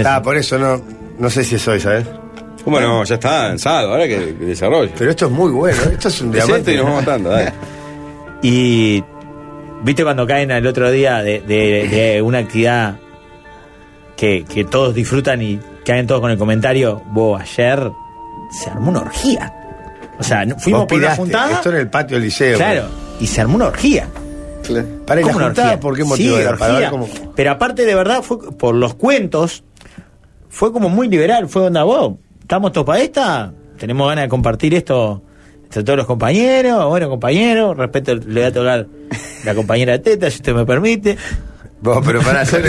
S5: Ah, por eso no, no sé si es hoy, ¿sabes?
S8: Bueno, ya está lanzado, ahora que que desarrolle.
S5: Pero esto es muy bueno, esto es un
S8: Es
S5: diamante.
S8: esto y nos vamos matando, dale.
S6: Y viste cuando caen al otro día de, de- de una actividad que, que todos disfrutan y caen todos con el comentario, vos ayer se armó una orgía. O sea, no- fuimos
S5: Vos
S6: por una
S5: piraste,
S6: juntada.
S5: Esto en el patio del liceo.
S6: Claro, y se armó una orgía.
S5: Para ¿y la
S6: ¿Cómo una
S5: juntada
S6: orgía?
S5: por qué
S6: Sí,
S5: motivo era? Para ver
S6: orgía.
S5: cómo-
S6: Pero aparte de verdad, fue por los cuentos, fue como muy liberal, fue onda vos, estamos todos para esta, tenemos ganas de compartir esto entre todos los compañeros, bueno compañeros, respeto le voy a tocar la compañera de teta, si usted me permite.
S5: Vos, pero para hacer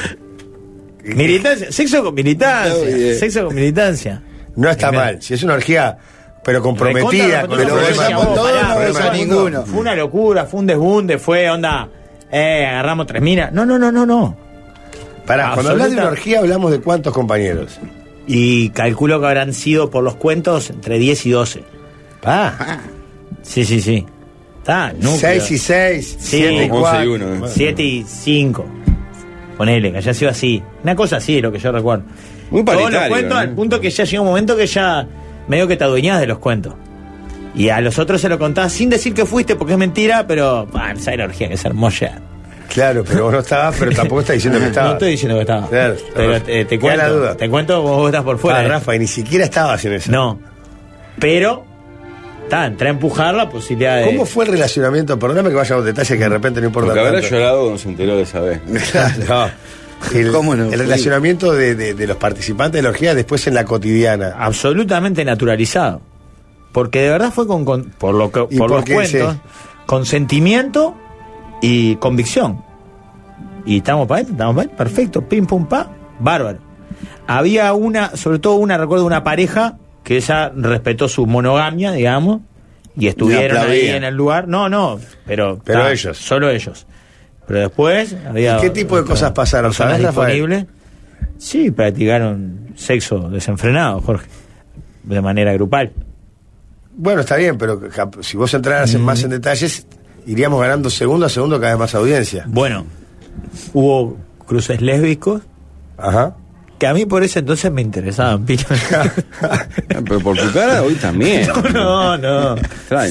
S5: *laughs*
S6: Militancia, sexo con
S5: Está
S6: militancia,
S5: bien.
S6: sexo con militancia.
S5: No está mal, si es una orgía, pero comprometida
S6: Recontra,
S5: con
S6: recontra,
S5: el
S6: recontra,
S5: problema.
S6: vos, pará,
S5: Problema
S6: vos,
S5: del mundo.
S6: ninguno. Fue una locura, fue un desbunde, fue onda, eh, agarramos tres minas. No, no, no, no, no.
S5: Pará, cuando hablas de una
S6: Absoluta-
S5: orgía hablamos de cuántos compañeros.
S6: Y calculo que habrán sido por los cuentos entre 10 y 12.
S5: Ah.
S6: Sí, sí, sí. Está, núcleo.
S5: 6 y 6,
S6: Sí.
S5: 7 y 4.
S6: 7 y 5. Ponele, que haya sido así. Una cosa así es lo que yo recuerdo.
S8: Muy
S6: Todos los
S8: paritario,
S6: cuentos
S8: ¿no?
S6: al punto que ya llega un momento que ya medio que te adueñás de los cuentos. Y a los otros se lo contás sin decir que fuiste porque es mentira, pero ah, esa era orgía que se armó ya.
S5: Claro, pero vos no estabas, pero tampoco estás diciendo que estabas.
S6: No estoy diciendo que estaba.
S5: Claro,
S6: Pero eh, te, te
S5: ¿Cuál
S6: cuento,
S5: es la duda?
S6: te cuento vos estás por fuera.
S5: Ah,
S6: ¿eh?
S5: Rafa, y ni siquiera estabas en eso.
S6: No. Pero, está, entré a empujar la posibilidad de.
S5: ¿Cómo fue el relacionamiento? Perdóname que vaya a un detalle que de repente no importa.
S8: Porque habrá
S5: tanto.
S8: llorado cuando se enteró de esa
S6: *laughs*
S8: vez.
S5: No. El, el relacionamiento de, de- de los participantes de la orgía después en la cotidiana.
S6: Ah. Absolutamente naturalizado. Porque de verdad fue con, con- por, lo que,
S5: ¿Y
S6: por
S5: por
S6: los
S5: qué
S6: cuentos,
S5: ese?
S6: con sentimiento y convicción. Y estamos para esto, estamos para esto, perfecto, pim pum pa, bárbaro. Había una, sobre todo una, recuerdo una pareja que ella respetó su monogamia, digamos, y estuvieron ahí
S5: aplaudían.
S6: en el lugar. No, no, pero,
S5: Pero
S6: ta,
S5: ellos.
S6: Solo ellos. Pero después había.
S5: ¿Y qué tipo de cosas pasaron?
S6: personas
S5: ¿Sabés, Rafael?
S6: disponibles. Sí, practicaron sexo desenfrenado, Jorge. De manera grupal.
S5: Bueno, está bien, pero cap- si vos entraras en
S6: Mm.
S5: más en detalles, iríamos ganando segundo a segundo cada vez más audiencia.
S6: Bueno, hubo cruces lésbicos.
S5: Ajá.
S6: Que a mí por ese entonces me interesaban, *laughs* pila.
S8: Pero por tu cara, hoy también.
S6: *laughs* No, no.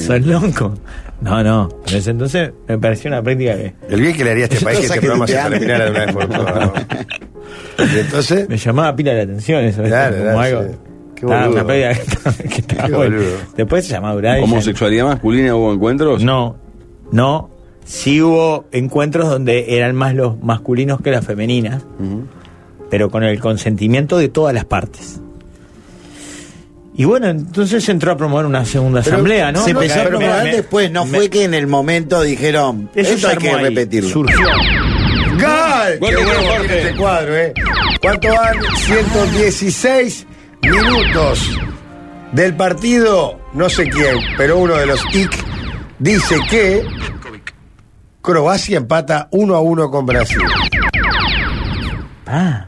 S6: Son loco. No, no. En ese entonces me pareció una práctica que.
S5: El bien que le haría a
S6: *laughs*
S5: este país que
S6: Cosa
S5: este
S6: que
S5: programa
S6: te
S5: se
S6: ame.
S5: terminara de una vez por todas.
S6: *laughs*
S5: ¿no? Y entonces.
S6: Me llamaba pila la atención eso. ¿viste?
S5: Claro,
S6: como
S5: claro,
S6: algo.
S5: sí. Qué
S6: Estaba
S8: boludo.
S6: una práctica que estaba, que estaba
S8: Qué
S6: buena.
S8: boludo.
S6: Después se llamaba Duray.
S8: ¿Homosexualidad masculina hubo encuentros?
S6: No. ¿no? Sí hubo encuentros donde eran más los masculinos que las femeninas, pero con el consentimiento de todas las partes. Y bueno, entonces se entró a promover una segunda
S7: Pero
S6: asamblea, ¿no?
S7: Se
S6: No,
S7: empezó a
S6: me-
S7: promover
S6: me-
S7: después, no
S6: me-
S7: fue que en el momento dijeron,
S6: Eso
S7: eso,
S6: se
S7: hay
S6: armó
S7: que
S6: ahí,
S7: repetirlo.
S6: surgió.
S5: ¡Gol!
S7: Gol
S5: ¡Qué
S7: de
S5: bueno
S7: Jorge.
S5: tiene este cuadro, eh! ¿Cuánto van? 116 minutos del partido, no sé quién, pero uno de los IC dice que Croacia empata 1 a 1 con Brasil.
S6: Ah.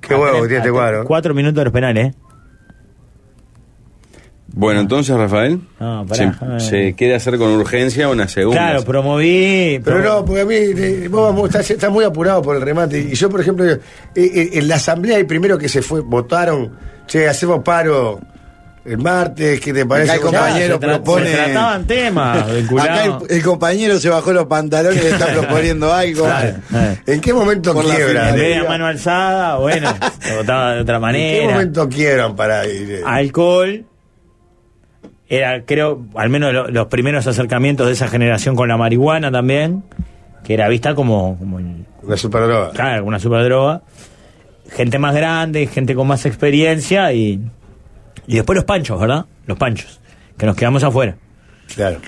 S5: Qué huevo que tiene este cuadro.
S6: Cuatro minutos de los penales, ¿eh?
S8: Bueno, entonces, Rafael,
S6: No,
S8: se,
S6: pará. ah.
S8: se quiere hacer con urgencia una segunda.
S6: Claro, promoví.
S5: Pero
S6: promo-
S5: no, porque a mí, eh, vos vos estás, estás muy apurado por el remate. Y yo, por ejemplo, digo, eh, eh, en la asamblea el primero que se fue, votaron, che, hacemos paro el martes, ¿qué te parece?
S7: Acá el
S5: Ya,
S7: compañero
S5: se tra-
S7: propone.
S5: se trataban
S6: temas
S7: *laughs* Acá el, el compañero se bajó los pantalones y le
S6: *laughs*
S7: está proponiendo algo.
S6: Claro, claro.
S5: ¿En qué momento
S7: Por la
S5: quiebra?
S6: En vez de a mano alzada, bueno, se votaba de
S7: *laughs*
S6: otra manera.
S5: ¿En qué momento quiebran para ir? eh,
S6: Alcohol. Era, creo, al menos lo- los primeros acercamientos de esa generación con la marihuana también, que era vista como. como el-
S5: Una superdroga.
S6: Claro, una superdroga. Gente más grande, gente con más experiencia y. Y después los panchos, ¿verdad? Los panchos, que nos quedamos afuera.
S5: Claro.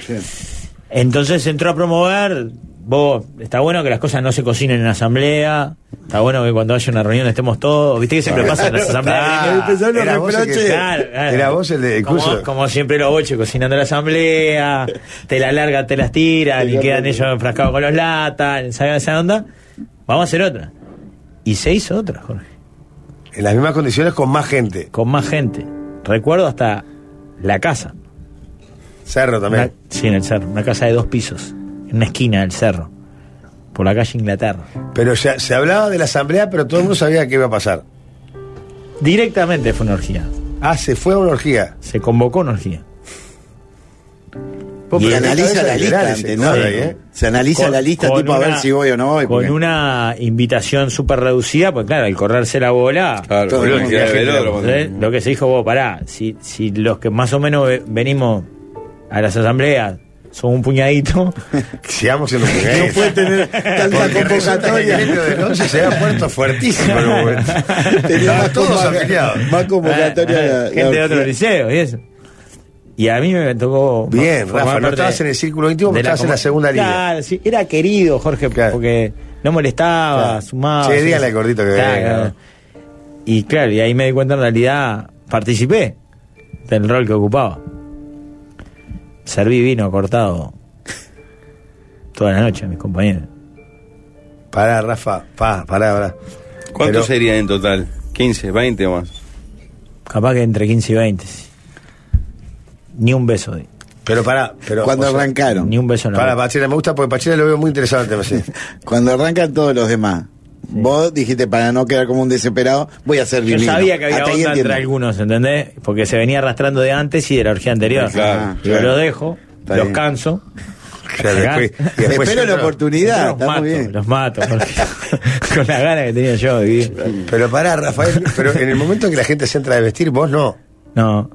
S6: Entonces entró a promover. Vos, está bueno que las cosas no se cocinen en asamblea. Está bueno que cuando haya una reunión estemos todos. ¿Viste que siempre pasa en las asambleas?
S5: Claro, empezaron los Era vos el que- reproches.
S6: Claro, claro.
S5: Era vos el de-
S6: Como-
S5: incluso-
S6: Como, siempre los boches cocinando la asamblea. Te la largan, te las tiran y quedan ellos enfrascados con los latas. ¿Saben esa onda? Vamos a hacer otra. Y se hizo otra, Jorge.
S5: En las mismas condiciones con más gente.
S6: Con más gente. Recuerdo hasta la casa.
S5: Cerro también.
S6: sí, en el cerro. Una casa de dos pisos. En una esquina del cerro. Por la calle Inglaterra.
S5: Pero se, se hablaba de la asamblea, pero todo el mundo sabía qué iba a pasar.
S6: Directamente fue una orgía.
S5: Ah, se fue a una orgía.
S6: Se convocó una orgía.
S7: Y
S6: Pero
S7: analiza
S6: cabeza
S7: la
S6: de
S7: lista
S6: Linares,
S7: antes,
S6: ¿no?
S7: ¿no?
S6: Sí.
S7: Eh, Se analiza
S6: Con-
S7: la lista
S6: con
S7: tipo a ver
S6: una-
S7: si voy o no voy.
S6: Con
S7: porque-
S6: una invitación súper reducida, pues claro, al correrse la bola.
S8: Claro,
S6: todo
S8: boludo,
S6: el mundo
S8: que
S6: la
S8: era
S6: gente
S8: velódromo.
S6: la- ¿eh? Lo que se dijo vos, pará, si, si los que más o menos ve- venimos a las asambleas son un puñadito.
S5: Sigamos siendo puñaditos.
S6: No puede
S7: tener
S6: tanta
S5: convocatoria. de noche se había puesto fuertísimo en un
S6: *laughs*
S5: momento. Estaban *laughs*
S7: *laughs*
S5: todos afiliados.
S7: Más convocatoria. la- la
S6: Ah, Gente de otro
S7: orgía.
S6: liceo y eso. Y a mí me tocó.
S5: Bien,
S6: formar
S5: Rafa, no
S6: parte
S5: estabas en el círculo íntimo,
S6: de
S5: pero estabas en
S6: comu-
S5: la segunda línea.
S6: Claro, sí, era querido, Jorge, porque no molestaba,
S5: Claro.
S6: sumaba.
S5: Che,
S6: sí,
S5: dígale
S6: sí.
S5: al gordito que
S6: Claro,
S5: venga.
S6: claro. Y claro, y ahí me di cuenta en realidad, participé del rol que ocupaba. Serví vino cortado toda la noche a mis compañeros.
S5: Pará, Rafa, pa, pará, pará.
S8: ¿Cuánto
S5: Pero-
S8: sería en total? ¿15, 20 o más?
S6: Capaz que entre 15 y 20. sí. Ni un beso. di.
S5: Pero pará, pero.
S7: Cuando
S5: o sea,
S7: arrancaron.
S6: Ni un beso en la
S5: Pará,
S6: boca.
S5: Pachera, me gusta porque Pachera lo veo muy interesante. me sé.
S7: Cuando arrancan todos los demás. Vos dijiste, para no quedar como un desesperado, voy a hacer
S6: Yo
S7: vivir.
S6: sabía que había onda entre algunos, ¿entendés? Porque se venía arrastrando de antes y de la orgía anterior.
S7: Claro,
S6: Yo
S7: claro.
S6: los dejo,
S7: Está
S6: los
S7: bien.
S6: canso.
S5: Claro,
S6: Acá.
S5: después- y después
S7: Espero
S5: yo
S7: la
S5: creo-
S7: oportunidad.
S6: los
S7: Está
S6: mato,
S7: muy bien.
S6: los mato. porque- *laughs* con la gana que tenía yo de vivir.
S5: Pero pará, Rafael, pero en el momento que la gente se entra de vestir, vos no.
S6: No,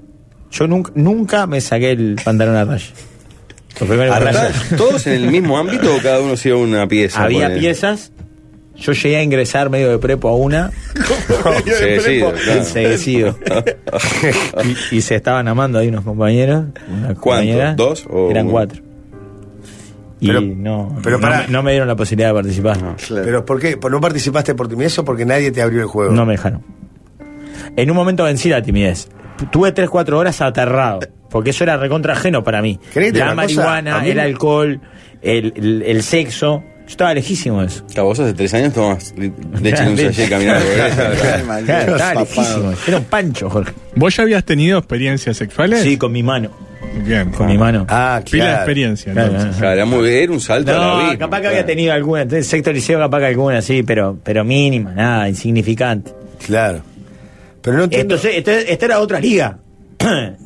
S6: yo nunca, nunca me saqué el pantalón a raya. Los primeros
S8: ¿Arrancaron
S6: rayas.
S8: ¿Todos en el mismo ámbito o cada uno hacía una pieza?
S6: Había
S8: Ponele.
S6: piezas. Yo llegué a ingresar medio de prepo a una. *laughs*
S8: Sí, sí, claro.
S6: Enseguecido. *laughs* y, y se estaban amando ahí unos compañeros. unas compañeras.
S8: ¿Dos o
S6: Eran
S8: uno?
S6: cuatro. Y
S5: Pero-
S6: no,
S5: pero
S6: no,
S5: pará.
S6: me, no me dieron la posibilidad de participar. No,
S8: Ah.
S7: *laughs*
S5: ¿Pero por qué? ¿Por- ¿No participaste por timidez o porque nadie te abrió el juego?
S6: me dejaron. En un momento vencí la timidez. Tuve 3-4 horas aterrado. Porque eso era recontra ajeno para mí.
S5: ¿Querés que te
S6: La
S5: diga una cosa?
S6: marihuana,
S5: A mí
S6: el
S5: me-
S6: alcohol, el, el- el sexo. Yo estaba lejísimo de eso.
S8: Claro, vos hace tres años tomás li- leche
S6: *laughs*
S8: en un sachet caminando. por esa.
S6: Claro, estaba
S7: papado.
S6: lejísimo. Era un pancho, Jorge.
S13: ¿Vos ya habías tenido experiencias sexuales?
S6: Sí, con mi mano.
S13: Bien.
S6: Con mi mano.
S5: Ah,
S13: Pila de
S5: claro.
S13: experiencia,
S6: Claro,
S13: entonces.
S8: Claro, era, muy, era un salto a la
S6: No,
S8: vida.
S6: capaz que había tenido alguna, entonces, sexto liceo capaz que alguna, sí, pero, pero mínima, nada, insignificante.
S5: Claro. Pero no entiendo.
S6: Entonces, esta, esta era otra liga.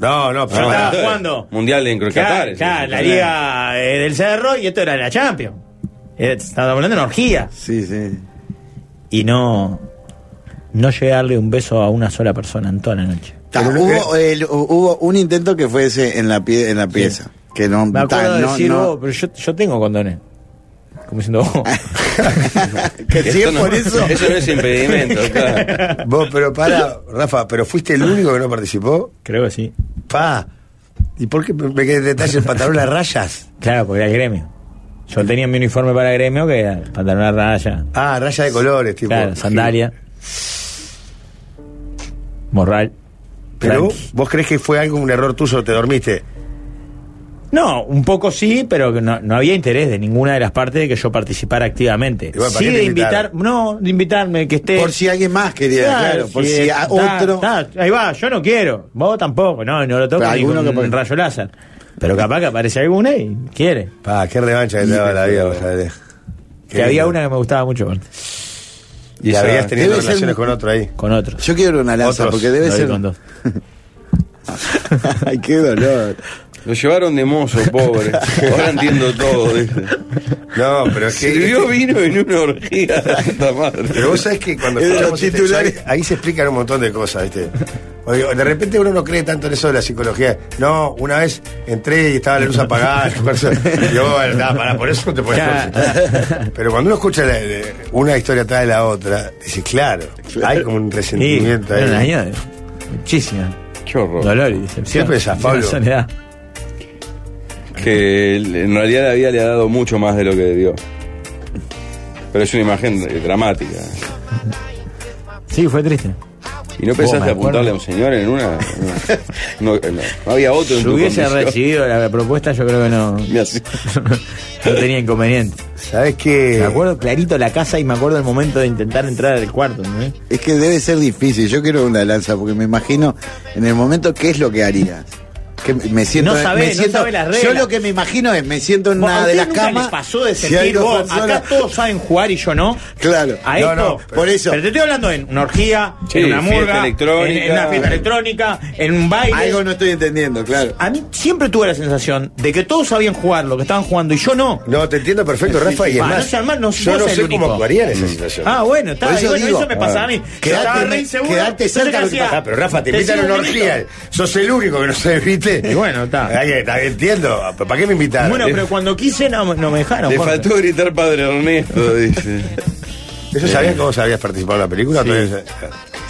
S5: No, no,
S6: Yo
S5: pero
S8: Ah, *laughs*
S6: estaba
S5: pará.
S6: jugando.
S8: Mundial en
S6: Claro,
S8: Crocatares.
S6: claro, la liga eh, del cerro y esto era la Champions. Eh, Estaba hablando de una orgía.
S7: Sí, sí.
S6: Y no, no llegué a darle un beso a una sola persona en toda la noche.
S7: Ta, hubo, el- hubo un intento que fue ese en la, pie- en la pieza. Que no,
S6: Me acuerdo
S7: tal,
S6: de
S7: no-
S6: decir,
S7: no-
S6: "Oh, pero yo, yo tengo condones. Como
S7: *laughs*
S6: diciendo, "Oh".
S7: que
S6: Esto
S7: si es
S6: no-
S7: por eso.
S6: eso no es impedimento, *laughs*
S5: claro. Vos, pero para, Rafa, ¿pero fuiste el único que no participó?
S6: Creo que sí.
S5: Pa. ¿Y por qué me me quedé detalle el pantalón a rayas?
S6: Claro, porque era el gremio. Yo tenía mi uniforme para gremio, que era pantalón a raya.
S5: Ah, raya de colores, tipo.
S6: Claro, sandalia. Morral.
S5: Pero vos crees que fue algo un error tuyo, te dormiste.
S6: No, un poco sí, pero que no, no había interés de ninguna de las partes de que yo participara activamente.
S7: Igual, ¿para
S6: sí
S7: qué te
S6: de
S7: invitaron?
S6: invitar, no, de invitarme que esté.
S7: Por si alguien más quería, claro, por si a
S6: eh, está,
S7: otro-
S6: está, ahí va, yo no quiero, vos tampoco, no, no lo toco
S7: Pero
S6: ni
S7: alguno
S6: con
S7: que
S6: un
S7: puede-
S6: rayo láser. Pero capaz que aparece alguna y quiere.
S5: Pa, qué revancha que te daba la vida, vos sabés.
S6: Que había una que me gustaba mucho. Marta.
S5: Y
S6: esa-
S5: habías tenido
S6: debe ser
S5: relaciones
S6: muy-
S5: con otro ahí.
S6: Con otro.
S7: Yo quiero una lanza,
S5: Otros,
S7: porque debe
S5: lo vi
S7: ser.
S5: con
S7: *laughs* Ay, qué dolor.
S8: Lo llevaron de mozo, pobre. Ahora entiendo todo.
S5: No, pero es que.
S8: Sirvió vino en una orgía. Santa madre.
S5: Pero vos sabés que *laughs* cuando
S8: Es de los
S5: escuchamos este
S8: titulares.
S5: ensayo, ahí se explican un montón de cosas, ¿viste? Oye, De repente uno no cree tanto en eso de la psicología. No, una vez entré y estaba la luz apagada. y Yo, bueno, nada, pará, por eso no te puedes
S2: Claro.
S5: concentrar. Pero cuando uno escucha la- la- una historia atrás de la otra, dice, claro, hay como un resentimiento
S6: Sí,
S5: ahí.
S6: eran años de- muchísima.
S8: Qué horror.
S6: Dolor y decepción.
S5: ¿Qué pensás,
S6: Y
S5: Pablo?
S6: *laughs* una soledad.
S8: Que él, en realidad la vida le ha dado mucho más de lo que debió. Pero es una imagen eh, dramática.
S6: Sí, fue triste.
S8: ¿Y no
S6: Oh,
S8: pensaste
S6: me acuerdo.
S8: apuntarle a un señor en una? No, no, no. No había otro en
S6: Si
S8: tu
S6: hubiese
S8: condición. *laughs*
S6: recibido la propuesta, yo creo que no. *laughs* no tenía inconveniente.
S5: ¿Sabes qué?
S6: Me acuerdo clarito la casa y me acuerdo el momento de intentar entrar al cuarto. ¿no?
S7: Es que debe ser difícil. Yo quiero una lanza porque me imagino en el momento qué es lo que harías. Que me siento,
S6: No sabés,
S7: me
S6: no
S7: siento-
S6: sabés las
S7: Yo
S6: reglas.
S7: lo que me imagino es me siento en
S6: Vos, ¿a
S7: una de
S6: ustedes
S7: las
S6: nunca
S7: camas.
S6: les pasó de
S7: si hay
S6: sentir
S7: dos
S6: vos,
S7: personas-
S6: acá todos saben jugar y yo no?
S7: Claro.
S6: A
S7: No,
S6: esto,
S7: no,
S6: por eso. Pero te estoy hablando en una orgía,
S7: Sí,
S6: en una
S7: fiesta
S6: murga,
S7: electrónica.
S6: en, en una fiesta electrónica, en un baile.
S7: Algo no estoy entendiendo, claro.
S6: A mí siempre tuve la sensación de que todos sabían jugar lo que estaban jugando y yo no.
S5: No, te entiendo perfecto, Rafa, y es
S6: Ah,
S5: más,
S6: no seas mal, no,
S5: yo
S6: vos
S5: no
S6: sos el
S5: sé cómo
S6: único.
S5: actuaría en esa situación.
S6: Ah, bueno, está.
S5: Por
S6: y
S5: eso
S6: bueno,
S5: digo, ah,
S6: eso me pasaba a mí. Yo
S5: quedate-
S6: estaba re inseguro.
S5: Quedate
S6: Entonces,
S5: cerca.
S6: ¿qué
S5: lo que
S6: hacía?
S5: pasa. Ah, pero Rafa, te invitan a
S6: decía
S5: una
S6: un
S5: orgía.
S6: grito.
S5: Sos el único que no se viste. Y
S6: bueno, está.
S5: *laughs* Entiendo, ¿para qué me invitaron?
S6: Bueno, pero cuando quise no, no me dejaron.
S8: Le
S6: Jorge.
S8: faltó gritar padre Ernesto, dice.
S5: ¿Eso sabías cómo sabías participar en la película? eh,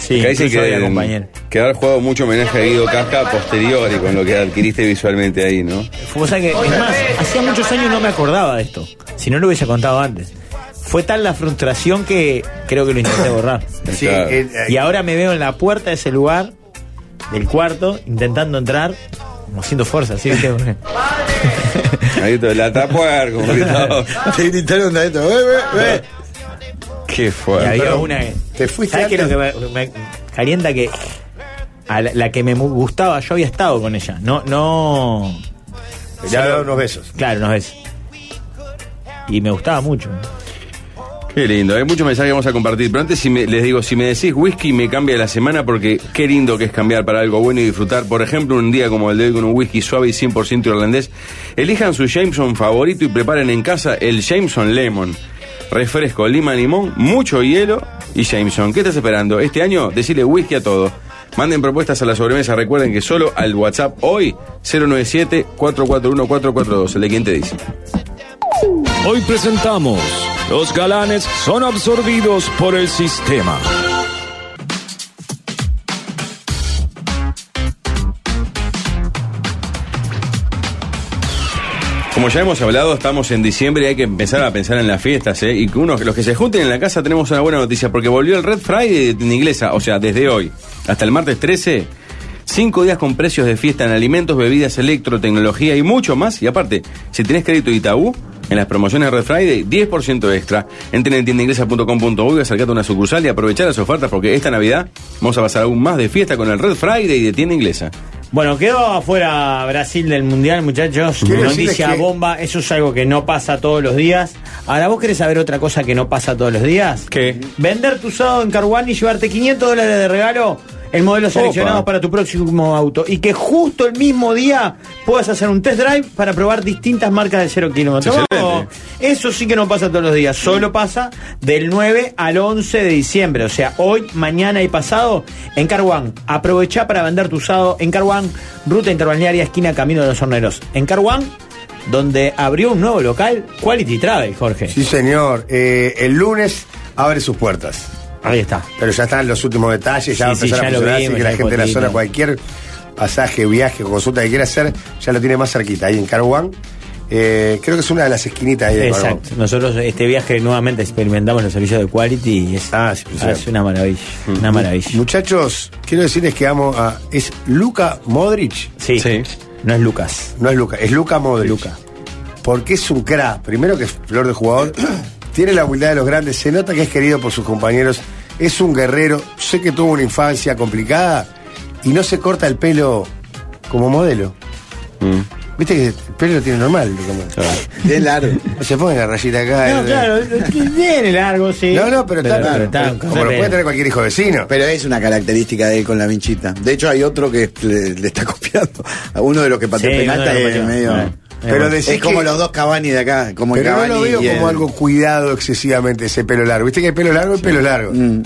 S6: Sí,
S8: Acá dicen
S6: incluso
S8: que,
S6: había compañero.
S8: que haber jugado mucho homenaje a Guido Casca posterior y con lo que adquiriste visualmente ahí, ¿no?
S6: Vos sabés que, es más, hacía muchos años no me acordaba de esto. Si no lo hubiese contado antes. Fue tal la frustración que creo que
S5: *coughs*
S6: lo intenté borrar.
S5: Sí, Claro. eh, eh.
S6: y ahora me veo en la puerta de ese lugar, del cuarto, intentando entrar, como haciendo
S5: *laughs*
S6: fuerza, así ¿viste? Porque-
S8: Ahí todo, la *laughs* tapuar, como gritaba.
S7: Te gritaron de esto. Ve, ve, ve.
S8: Qué
S6: Y
S8: fuerte.
S6: había una que.
S5: ¿Te fuiste
S6: ¿Sabes qué es lo que
S5: antes?
S6: me, me calienta que. a la, la que me mu- gustaba, yo había estado con ella. No, no.
S5: Ya había dado unos besos.
S6: Claro, unos besos. Y me gustaba mucho.
S8: Qué lindo, hay muchos mensajes que vamos a compartir, pero antes si me- les digo, si me decís whisky me cambia la semana porque qué lindo que es cambiar para algo bueno y disfrutar, por ejemplo, un día como el de hoy con un whisky suave y 100% irlandés, elijan su Jameson favorito y preparen en casa el Jameson Lemon. Refresco, lima, limón, mucho hielo y Jameson. ¿Qué estás esperando? Este año decirle whisky a todo. Manden propuestas a la sobremesa, recuerden que solo al WhatsApp hoy 097-441-442, el de quien te dice.
S11: Hoy presentamos, los galanes son absorbidos por el sistema.
S8: Como ya hemos hablado, estamos en diciembre y hay que empezar a pensar en las fiestas, ¿eh? Y que unos, los que se junten en la casa tenemos una buena noticia, porque volvió el Red Friday en inglesa, o sea, desde hoy hasta el martes 13, cinco días con precios de fiesta en alimentos, bebidas, electro, tecnología y mucho más. Y aparte, si tenés crédito Itaú, en las promociones Red Friday, 10% extra. Entren en tiendainglesa.com.uy, acercate a una sucursal y aprovechar las ofertas, porque esta Navidad vamos a pasar aún más de fiesta con el Red Friday de tienda inglesa.
S6: Bueno, quedó afuera Brasil del Mundial, muchachos.
S8: Quiero
S6: Noticia
S8: decirles que-
S6: bomba, eso es algo que no pasa todos los días. Ahora, ¿vos querés saber otra cosa que no pasa todos los días?
S8: ¿Qué?
S6: Vender tu usado en Caruana y llevarte 500 dólares de regalo el modelo
S8: Opa.
S6: seleccionado para tu próximo auto y que justo el mismo día puedas hacer un test drive para probar distintas marcas de cero kilómetros.
S8: Excelente.
S6: Eso sí que no pasa todos los días, solo pasa del 9 al 11 de diciembre, o sea, hoy, mañana y pasado en Carwan. Aprovecha para vender tu usado en Carwan, ruta interbalnearia esquina Camino de los Horneros. En Carwan, donde abrió un nuevo local, Quality Travel, Jorge.
S5: Sí, señor. Eh, el lunes abre sus puertas.
S6: Ahí está.
S5: Pero ya están los últimos detalles, ya va a
S6: Sí, sí,
S5: empezar
S6: ya
S5: a
S6: lo
S5: funcionar,
S6: vimos,
S5: así que
S6: ya
S5: la
S6: hay
S5: gente de la
S6: fotito.
S5: zona, cualquier pasaje, viaje o consulta que quiera hacer, ya lo tiene más cerquita. Ahí en Carwan, eh, creo que es una de las esquinitas ahí de Carhuán.
S6: Exacto. Nosotros este viaje nuevamente experimentamos los servicios de Quality y es,
S5: Ah,
S6: es una maravilla.
S5: Mm.
S6: Una maravilla.
S5: Muchachos, quiero decirles que amo a. ¿Es Luca Modric?
S6: Sí. No es Lucas.
S5: No es Luca, es Luca Modric. Luca. Porque es un crack. Primero que es flor de *clears throat* jugador. Tiene la humildad de los grandes. Se nota que es querido por sus compañeros. Es un guerrero. Sé que tuvo una infancia complicada. Y no se corta el pelo como modelo. Viste que el pelo lo tiene normal. Luca Modric.
S7: De largo.
S5: No se pone la rayita acá.
S6: No,
S5: el-
S6: claro, tiene largo, sí.
S5: No, no, pero está- pero está- como lo puede tener cualquier hijo vecino.
S7: Pero es una característica de él con la vinchita. De hecho, hay otro que le, le está *laughs* copiando. A Uno de los que pateó
S5: Sí,
S7: penalta
S5: uno de los
S7: es
S5: que-
S7: medio.
S5: Eh, Pero
S7: es
S5: decís
S7: como
S5: que-
S7: los dos Cavani de acá. Como el
S5: Pero no lo
S7: Cavani
S5: veo
S7: y
S5: como
S7: el-
S5: algo cuidado excesivamente ese pelo largo. Viste que hay pelo largo y pelo largo.
S7: Mm.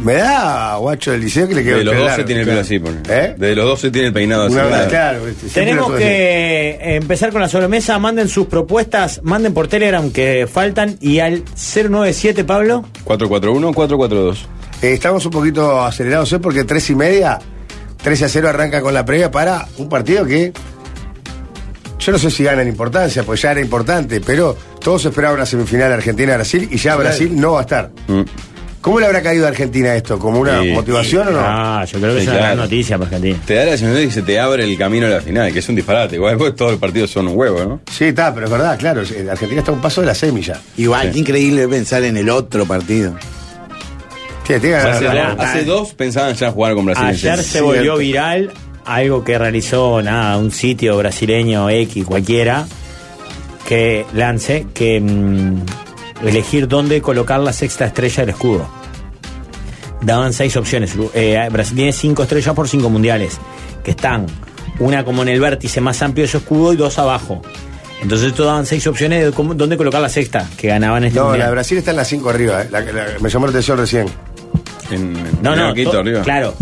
S5: Me da guacho del liceo que le quedó
S8: De
S5: el
S8: los
S5: pelo
S8: 12
S5: largo,
S8: tiene el pelo
S5: claro. ¿Eh?
S8: así, pone. De los 12 tiene el peinado así.
S5: Una verdad, claro, este, siempre
S6: Tenemos
S5: lo
S6: que eh, empezar con la sobremesa. Manden sus propuestas, manden por Telegram que faltan y al 097, Pablo.
S8: 441, 442.
S5: Eh, estamos un poquito acelerados hoy porque 3 y media, 13 a 0 arranca con la previa para un partido que yo no sé si gana en importancia, pues ya era importante, pero todos esperaban una semifinal Argentina-Brasil y ya Brasil no va a estar. ¿Cómo le habrá caído a Argentina esto? ¿Como una
S8: Mm. Sí.
S5: motivación o no?
S8: Ah,
S6: yo creo
S8: que es una gran
S6: noticia para Argentina.
S8: Te da la sensación de que se te abre el camino a la final, que es un disparate. Igual después todos los partidos son un huevo, ¿no?
S5: Sí, está, pero es verdad, claro. eh, Argentina está a un paso de la semilla.
S7: Igual, qué increíble pensar en el otro partido.
S8: hace,
S6: ¿eh?
S8: hace dos pensaban ya jugar con Brasil.
S6: Ayer se volvió viral algo que realizó nada, un sitio brasileño X cualquiera que lance que mm, elegir dónde colocar la sexta estrella del escudo. Daban seis opciones. Eh, Brasil tiene cinco estrellas por cinco mundiales, que están una como en el vértice más amplio de su escudo y dos abajo. Entonces esto daban seis opciones de cómo- dónde colocar la sexta, que ganaban este
S5: No,
S6: mundial.
S5: la de Brasil está en las 5 arriba. eh. La- la- me llamó la atención recién.
S6: No, no, to- claro.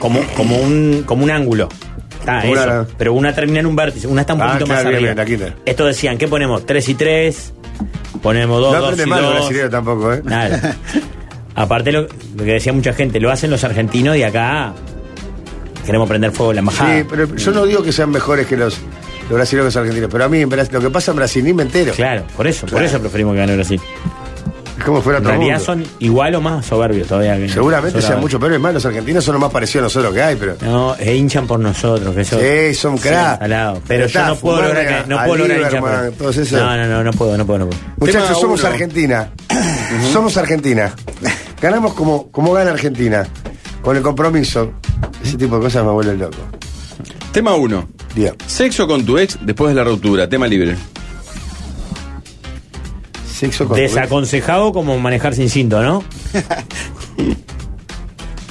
S6: Como, como, un, como un ángulo. Está
S5: Como
S6: eso.
S5: una-
S6: Pero una termina en un vértice, una está un
S5: Ah,
S6: poquito
S5: claro,
S6: más
S5: bien,
S6: arriba.
S5: bien, la quita.
S6: Esto decían, ¿qué ponemos? 3 y 3, ponemos 2,
S5: no
S6: 2
S5: aprende
S6: y
S5: mal el
S6: 2.
S5: brasileño tampoco, ¿eh?
S6: Nada. Aparte lo, lo que decía mucha gente, lo hacen los argentinos y acá queremos prender fuego la embajada.
S5: Sí, pero yo no digo que sean mejores que los, los brasileños que los argentinos, pero a mí en Bras- lo que pasa en Brasil ni me entero.
S6: Claro, por eso, por eso preferimos que gane Brasil.
S5: Es como fuera
S6: En
S5: otro
S6: realidad
S5: mundo.
S6: son igual o más soberbios todavía. que-
S5: Seguramente sean
S6: soberbios.
S5: mucho peores, más los argentinos son los más parecidos a nosotros que hay, pero.
S6: No, e hinchan por nosotros, que eso.
S5: Sí, son crack.
S6: salados. Pero
S5: Está,
S6: yo no puedo
S5: fumando
S6: lograr
S5: a-
S6: que- no
S5: a
S6: puedo lograr
S5: Lieberman, eh.
S6: hinchar por-
S5: todos esos.
S6: No, no, no, no puedo, no puedo, no puedo.
S5: Muchachos, somos
S6: uno.
S5: Argentina. Somos Argentina. Ganamos como, como gana Argentina. Con el compromiso. Ese tipo de cosas me vuelven loco.
S8: Tema 1. Sexo con tu ex después de la ruptura. Tema libre.
S5: Sexo
S8: con tu ex.
S6: Desaconsejado como manejar sin cinto, ¿no?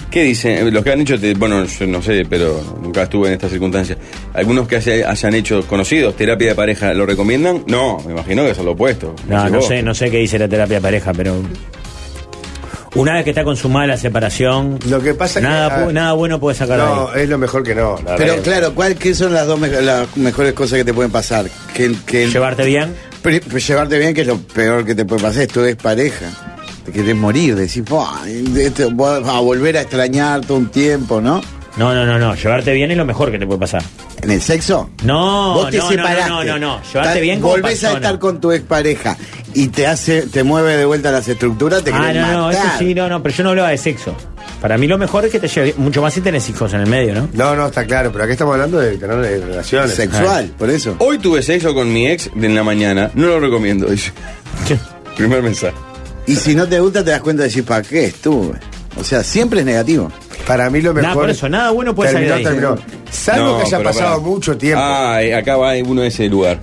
S8: ¿Qué dicen? Eh, Los que han hecho, te- bueno, yo no sé, pero nunca estuve en estas circunstancias. Algunos que haya- hayan hecho conocidos, terapia de pareja, ¿lo recomiendan? No, me imagino que es lo opuesto.
S6: No,
S8: Decís
S6: no
S8: vos.
S6: sé, no sé qué dice la terapia de pareja, pero. Una vez que está consumada la separación.
S5: Lo que pasa es que-
S6: nada,
S5: a
S6: pu-
S5: ver.
S6: nada bueno puede sacar de ahí.
S5: No, es lo mejor que no. la
S7: Pero
S5: verdad.
S7: claro, ¿cuál, ¿qué son las dos me- las mejores cosas que te pueden pasar? Que, que-
S6: ¿Llevarte bien?
S7: Pri- pues, llevarte bien, que es lo peor que te puede pasar, esto es pareja. Te querés morir, decís, "Buah, este, voy a volver a extrañar todo un tiempo, ¿no?
S6: No, no, no, no. Llevarte bien es lo mejor que te puede pasar.
S7: ¿En el sexo?
S6: No,
S7: Vos te
S6: no, no,
S7: separaste.
S6: no, no, no. Llevarte
S7: Tan-
S6: bien como
S7: Volvés a
S6: persona.
S7: estar con tu expareja y te hace, te mueve de vuelta las estructuras, te
S6: Ah,
S7: querés
S6: no, no, eso
S7: matar.
S6: sí, no, no, pero yo no hablaba de sexo. Para mí lo mejor es que te lleve mucho más si tenés hijos en el medio, ¿no?
S5: No, no, está claro, pero aquí estamos hablando de tener eh, relaciones.
S8: Sexual,
S7: por eso.
S8: Hoy tuve sexo con mi ex en la mañana. No lo recomiendo, dice. Primer mensaje.
S7: Y si no te gusta, te das cuenta de decir, ¿para qué estuve? O sea, siempre es negativo.
S5: Para mí lo
S6: Nada, por eso, nada bueno puede salir de ahí.
S5: Salvo que haya
S8: pero
S5: pasado mucho tiempo.
S8: Ah, eh, acá va uno de ese lugar.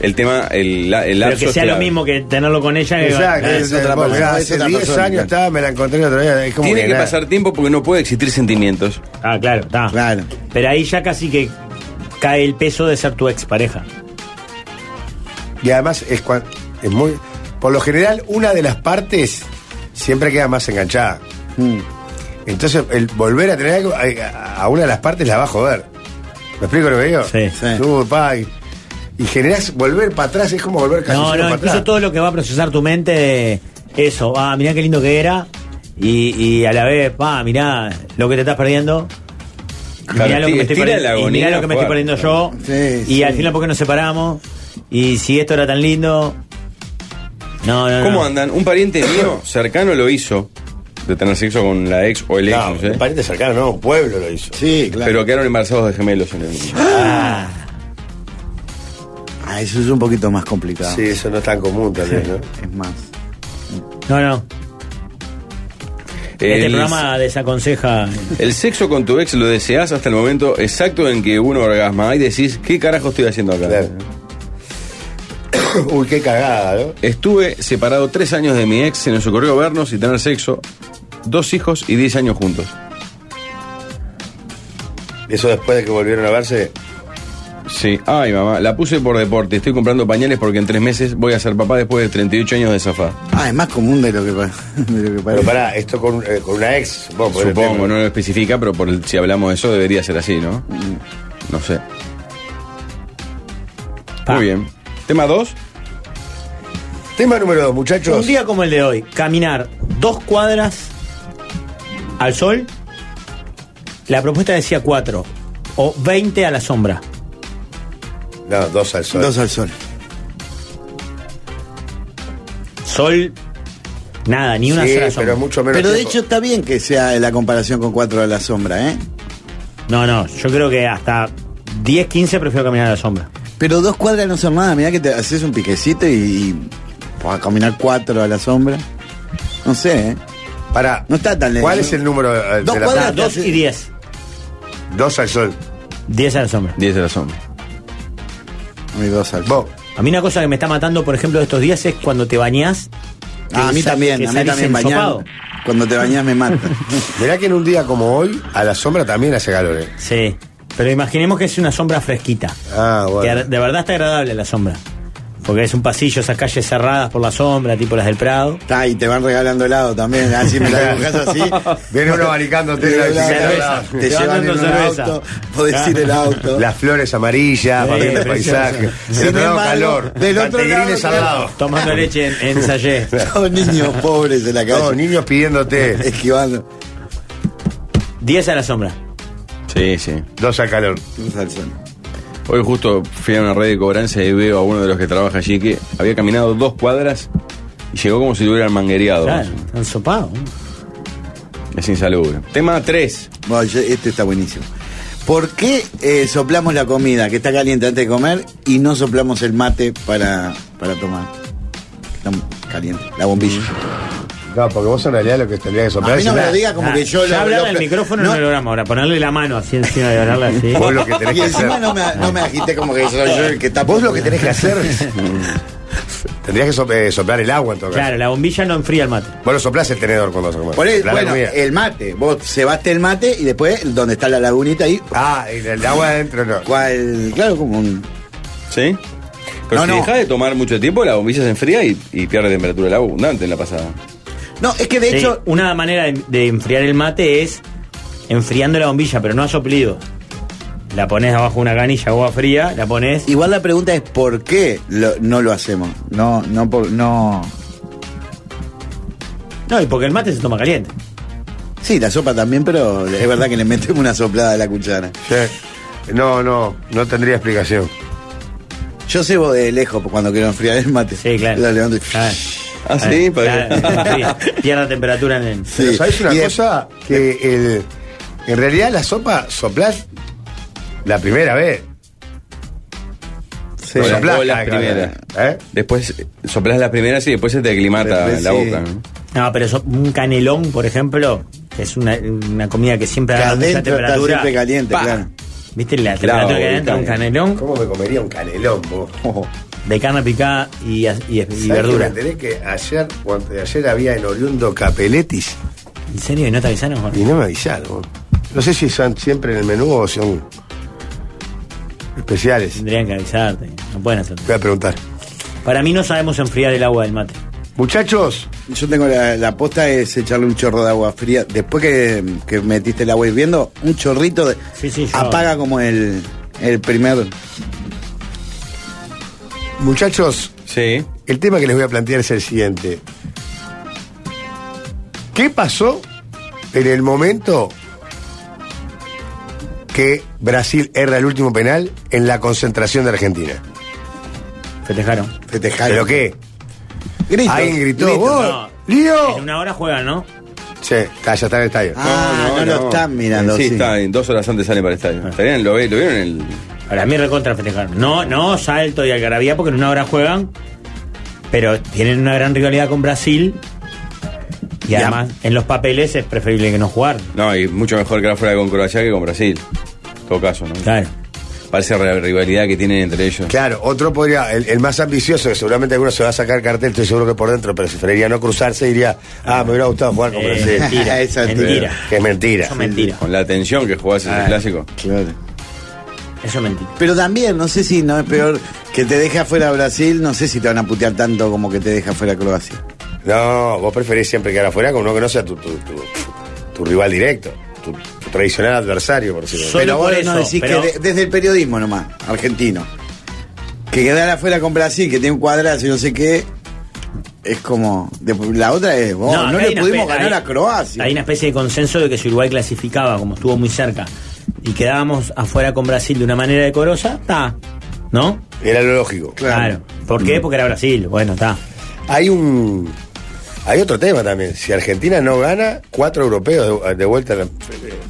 S8: el tema, el, la- el
S6: Pero
S8: lapso
S6: que
S8: es
S6: sea lo
S8: clave.
S6: mismo que tenerlo con ella. que-
S5: Exacto,
S6: Ah,
S5: es otra persona, hace 10 años estaba, me la encontré el otro día. Es como
S8: Tiene que,
S5: nada.
S8: pasar tiempo porque no puede existir sentimientos.
S6: Ah, claro, está.
S7: Claro.
S6: Pero ahí ya casi que cae el peso de ser tu expareja.
S5: Y además es, cua- es muy. Por lo general, una de las partes siempre queda más enganchada.
S7: Mm.
S5: Entonces, el volver a tener algo, a, a una de las partes la va a joder. ¿Me explico lo que digo? Sí. Tú, pa, y, y generás volver para atrás, es como volver casi
S6: No, no,
S5: para
S6: incluso
S5: atrás.
S6: todo lo que va a procesar tu mente de eso, ah, mirá qué lindo que era, y, y a la vez, ah, mirá lo que te estás perdiendo. y
S8: Claro,
S6: mirá lo que me
S8: tira
S6: estoy
S8: la
S6: perdiendo, y mirá
S8: agonía
S6: lo que me estoy
S8: fuerte.
S6: perdiendo yo. y al final, ¿por qué nos separamos? Y si esto era tan lindo. No, no, no.
S8: ¿Cómo andan? Un pariente
S5: *coughs*
S8: mío cercano lo hizo, de tener sexo con la ex o el ex. No, un
S5: pariente cercano, no, un pueblo lo hizo.
S7: Sí, claro.
S8: Pero quedaron embarazados de gemelos en el
S7: Ah, eso es un poquito más complicado.
S5: Sí, eso no es tan común también, ¿no?
S7: Es más.
S6: No, no. Este
S8: El-
S6: programa desaconseja.
S8: El sexo con tu ex lo deseas hasta el momento exacto en que uno orgasma y decís, ¿qué carajo estoy haciendo acá?
S5: *coughs* Uy, qué cagada, ¿no?
S8: Estuve separado tres años de mi ex, se nos ocurrió vernos y tener sexo, dos hijos y diez años juntos.
S5: ¿Eso después de que volvieron a verse?
S8: Sí. Ay, mamá, la puse por deporte. Estoy comprando pañales porque en tres meses voy a ser papá después de 38 años de zafar.
S7: Ah, es más común de lo que, pa- *laughs* de lo
S5: Pero
S7: que parece.
S5: pará, esto con, eh, con una ex, supongo. porque
S8: Supongo, no lo especifica, pero por el- si hablamos de eso debería ser así, ¿no? No sé. Muy bien. ¿Tema 2?
S5: Tema número 2, muchachos.
S6: Un día como el de hoy, caminar dos cuadras al sol. La propuesta decía cuatro. O 20 a la sombra.
S5: No, dos al sol.
S7: Dos al sol.
S6: Sol, nada, ni una sola sombra.
S7: Pero de hecho está bien que sea la comparación con cuatro a la sombra, ¿eh?
S6: No, no, yo creo que hasta 10, 15 prefiero caminar a la sombra.
S7: Pero dos cuadras no son nada, mirá que te haces un piquecito y, y a caminar cuatro a la sombra. No sé, ¿eh?
S5: Para,
S7: no está tan lejos.
S5: ¿Cuál es el número? eh,
S7: Dos
S5: de la-
S7: cuadras, dos y
S6: diez.
S5: Dos al sol.
S6: Diez a la sombra.
S8: 10 de la sombra.
S7: dos al
S5: sol.
S6: A mí una cosa que me está matando, por ejemplo, de estos días es cuando te bañás. que
S7: Ah, a mí
S6: sa-
S7: también,
S6: que
S7: a mí
S6: salís
S7: también
S6: ensopado.
S7: bañar. Cuando te bañas me
S6: *laughs*
S7: mata.
S5: Mirá que en un día como hoy, a la sombra también hace calor. eh.
S6: Sí, pero imaginemos que es una sombra fresquita.
S5: Ah,
S6: Que
S5: bueno.
S6: ar- de verdad está agradable la sombra. Porque es un pasillo, esas calles cerradas por la sombra, tipo las del Prado.
S7: Está, y te van regalando helado también, ¿eh? así me la dibujas
S5: *laughs*
S7: así.
S5: Viene uno abaricándote la
S7: Helado,
S5: bicicleta.
S7: Te llevan en un auto, podés ir el auto.
S5: Las flores amarillas,
S7: Sí,
S5: el
S7: precioso.
S5: paisaje.
S7: Sin
S5: Del otro lado,
S7: embargo,
S5: calor.
S7: del otro
S5: Pantegrines
S7: lado,
S5: al lado.
S6: Tomando leche en,
S7: *laughs*
S6: en Sayé.
S7: Todos niños pobres de la calle.
S5: Todos niños pidiéndote.
S7: Esquivando.
S6: 10 a la sombra.
S8: Sí, sí.
S5: Dos al calor.
S7: Dos al sol.
S8: Hoy justo fui a una red de cobranza y veo a uno de los que trabaja allí que había caminado dos cuadras y llegó como si lo hubieran manguereado.
S6: Claro, ensopado.
S8: Es insalubre. Tema 3.
S7: este está buenísimo. ¿Por qué eh, soplamos la comida que está caliente antes de comer y no soplamos el mate para, para tomar? Está caliente, la bombilla.
S5: Mm. No, porque vos en realidad lo que tendría que soplar
S7: A mí no
S5: es
S7: me
S5: una-
S7: lo diga como
S6: Ah,
S7: que yo
S6: ya
S7: lo-
S6: hablaba
S7: lo-
S6: del micrófono
S7: no.
S6: no lo logramos ahora. Ponerle la mano así encima de hablarla
S7: *laughs*
S6: así.
S5: Vos lo que tenés
S7: y
S5: que
S7: encima
S5: hacer.
S7: no me, no me agité como que soy yo el que está...
S5: Vos lo que tenés
S7: *laughs*
S5: que hacer. Tendrías que sop- eh, soplar el agua en todo caso.
S6: Claro, la bombilla no enfría el mate.
S5: Vos lo soplás el tenedor cuando vas a comer.
S7: Por el-
S5: Soplás la
S7: bueno,
S13: eh,
S5: comida.
S7: el mate. Vos cebaste el mate y después, donde está la lagunita ahí...
S5: Ah, el, el agua adentro no.
S7: ¿Cuál? Claro, como un...
S8: ¿Sí? Pero
S7: No,
S8: si
S7: no.
S8: deja de tomar mucho tiempo, la bombilla se enfría y, y pierde temperatura el agua abundante en la pasada.
S7: No, es que de
S6: Sí,
S7: hecho-
S6: Una manera de, de enfriar el mate es enfriando la bombilla, pero no a soplido. La pones abajo de una canilla, agua fría, la pones.
S7: Igual la pregunta es por qué lo- no lo hacemos. No, no, por, no...
S6: No, y porque el mate se toma caliente.
S7: Sí, la sopa también, pero es verdad que le metemos una soplada a la cuchara.
S5: Sí. No, no, no tendría explicación.
S7: Yo cebo de lejos cuando quiero enfriar el mate. Sí, claro. La levanto y...
S8: Ah,
S7: sí, pues.
S6: para Pierda temperatura en el.
S7: *laughs*
S5: Pero ¿sabés una cosa? Que el- en realidad la sopa soplás la primera vez.
S8: O la-
S5: Soplás,
S8: o las
S5: claro,
S8: primeras.
S5: ¿Eh?
S8: Después eh, soplás las primeras y después se te aclimata
S6: Después,
S8: la
S6: sí.
S8: boca. ¿no?
S6: No, pero so- un canelón, por ejemplo, que es una, una comida que siempre
S7: Que
S6: agarra mucha
S7: adentro está
S6: temperatura.
S7: siempre caliente,
S6: ¡pa!
S7: claro.
S6: ¿Viste la
S7: Claro,
S6: temperatura que hay adentro de un
S7: claro.
S6: canelón?
S5: ¿Cómo me comería un canelón, vos?
S6: de carne picada y, as- y- y
S5: ¿Sabés Oh, que Me
S6: verdura.
S5: enteré que ayer, o antes de ayer había en Oriundo Capeletis.
S6: ¿En serio? ¿Y no te avisaron,
S5: Y no me avisaron. Juan. No sé si son siempre en el menú o son especiales.
S6: Tendrían que avisarte. No pueden hacerlo.
S5: Voy a preguntar.
S6: Para mí no sabemos enfriar el agua del mate.
S5: Muchachos.
S7: Yo tengo la, la aposta es echarle un chorro de agua fría. Después que, que metiste el agua hirviendo, un chorrito de,
S6: yo-
S7: apaga como el, el primer.
S5: Muchachos, el tema que les voy a plantear es el siguiente. ¿Qué pasó en el momento que Brasil erra el último penal en la concentración de Argentina?
S6: Festejaron.
S5: Festejaron. ¿Pero qué?
S6: Gritos,
S5: Alguien gritó,
S6: gritos,
S5: "¡Gol!
S6: no".
S5: ¡Lío!
S6: En una Ah. hora juegan, ¿no?
S5: Sí, está, ya está en el estadio.
S8: Eh, Sí, está, en dos horas antes salen para el estadio. Estarían, lo, ve- lo vieron en el.
S6: Para mí recontra festejaron. No, no, Salto y Algarabía, porque en una hora juegan, pero tienen una gran rivalidad con Brasil. Y además, en los papeles es preferible que no jugar.
S8: No, y mucho mejor que la fuera con Croacia que con Brasil. En todo caso, ¿no?
S6: Claro.
S8: Parece la rivalidad que tienen entre ellos.
S5: Claro, otro podría, el, el más ambicioso, que seguramente alguno se va a sacar cartel, estoy seguro que por dentro, pero si preferiría no cruzarse, diría, ah, me hubiera gustado jugar con
S8: Eh,
S5: Brasil. *laughs*
S8: mentira, Esa es mentira.
S5: Que es mentira.
S8: Eso es mentira. Con la atención que jugás en el clásico.
S7: Claro.
S6: Eso es mentira.
S7: Pero también, no sé si no es peor que te deja fuera Brasil, no sé si te van a putear tanto como que te deja fuera Croacia.
S5: No, vos preferís siempre quedar afuera con uno que no sea tu, tu, tu- tu rival directo, tu, tu tradicional adversario, por decirlo.
S7: pero vos no decís que de- desde el periodismo nomás, argentino. Que quedar afuera con Brasil, que tiene un cuadrazo y no sé qué, es como. de- la otra es, vos, no,
S6: acá hay
S7: le
S6: una
S7: pudimos
S6: espe-
S7: ganar
S6: hay-
S7: a Croacia.
S6: Hay una especie de consenso de que si Uruguay clasificaba, como estuvo muy cerca, y quedábamos afuera con Brasil de una manera decorosa, está. ¿No?
S5: Era lo lógico.
S6: Claro. ¿Por
S7: Mm.
S6: qué? Porque era Brasil. Bueno, está.
S5: Hay un. Hay otro tema también. Si Argentina no gana, cuatro europeos de, de vuelta. a la-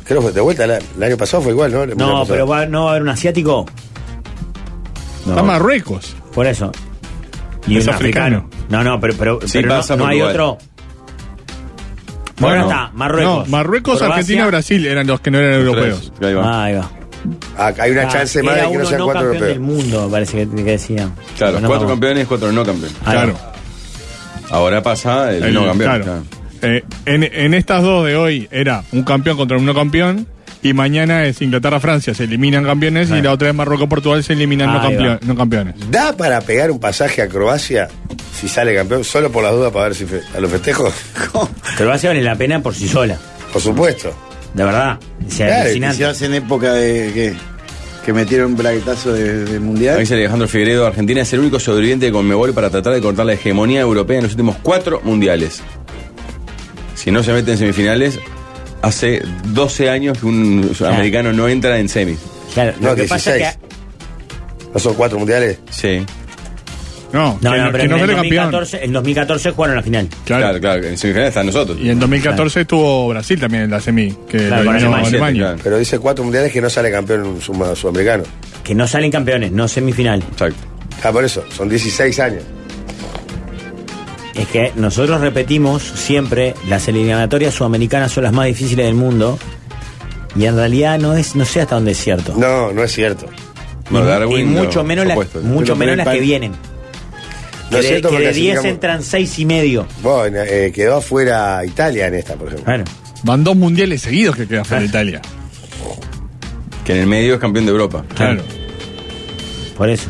S5: creo que de vuelta la- el año pasado fue igual, ¿no? El año
S6: No,
S5: pasado.
S6: pero va- no va a haber un asiático.
S13: Está Marruecos.
S6: Por eso.
S13: Es
S6: un
S13: africano.
S6: No, no, pero, pero,
S13: Sí,
S6: pero no-
S13: pasa
S6: no,
S13: por
S6: hay
S13: Uruguay.
S6: otro. Bueno,
S13: No, no.
S6: está, Marruecos.
S13: No, Marruecos,
S6: Croacia.
S13: Argentina, Brasil eran los que no eran europeos.
S8: Ahí
S6: va. ahí va.
S5: hay una
S6: Ah,
S5: chance más
S6: era
S5: de que no
S6: uno
S5: sean cuatro
S6: campeón
S5: europeos.
S6: del mundo, parece que, que decía.
S8: Claro,
S6: No,
S8: cuatro
S6: no.
S8: campeones, cuatro no campeones.
S13: Claro.
S8: Ahora pasa el,
S13: El-
S8: no campeón.
S13: claro.
S8: claro.
S13: Eh, en, en estas dos de hoy era un campeón contra un no campeón. Y mañana es Inglaterra-Francia, se eliminan campeones. Y la otra es Marruecos-Portugal, se eliminan no,
S5: Ahí va.
S13: campeón- no campeones.
S5: ¿Da para pegar un pasaje a Croacia si sale campeón? Solo por las dudas para ver si fe- a los
S6: *laughs*
S5: festejos.
S6: Croacia vale la pena por sí sola.
S5: Por supuesto.
S6: De verdad.
S7: Claro, y si vas en época de que, que metieron un braguetazo de, de mundial.
S8: Ahí dice Alejandro Figueredo, Argentina es el único sobreviviente de Conmebol para tratar de cortar la hegemonía europea en los últimos cuatro mundiales. Si no se mete en semifinales, hace 12 años que un americano no entra en semis.
S6: Claro,
S5: No, 16. ¿No son cuatro mundiales?
S8: Sí.
S13: No,
S6: No,
S8: que
S6: no,
S8: no-
S6: pero
S8: que no
S6: en,
S8: fue
S6: el
S8: campeón.
S6: 2014, en 2014 jugaron la final.
S8: Claro, claro, en semifinales están nosotros.
S13: Y en 2014 estuvo Brasil también en la semi, que lo eliminó Alemania.
S5: Pero dice cuatro mundiales que no sale campeón un suma- sudamericano.
S6: Que no salen campeones, no semifinal.
S8: Exacto.
S5: Ah, por eso, son 16 años.
S6: Es que nosotros repetimos siempre, las eliminatorias sudamericanas son las más difíciles del mundo. Y en realidad no es, no sé hasta dónde es cierto.
S5: No, no es cierto.
S6: Y, mu- y mucho menos, las- mucho menos las que vienen.
S5: No
S6: Que
S5: es
S6: de-
S5: cierto
S6: que
S5: porque
S6: de 10
S5: clasificamos-
S6: entran 6 y medio.
S5: Bueno, eh, quedó afuera Italia en esta, por ejemplo.
S6: Ah.
S13: Van dos mundiales seguidos que quedan fuera Italia.
S8: Que en el medio es campeón de Europa.
S13: Claro.
S6: Por eso.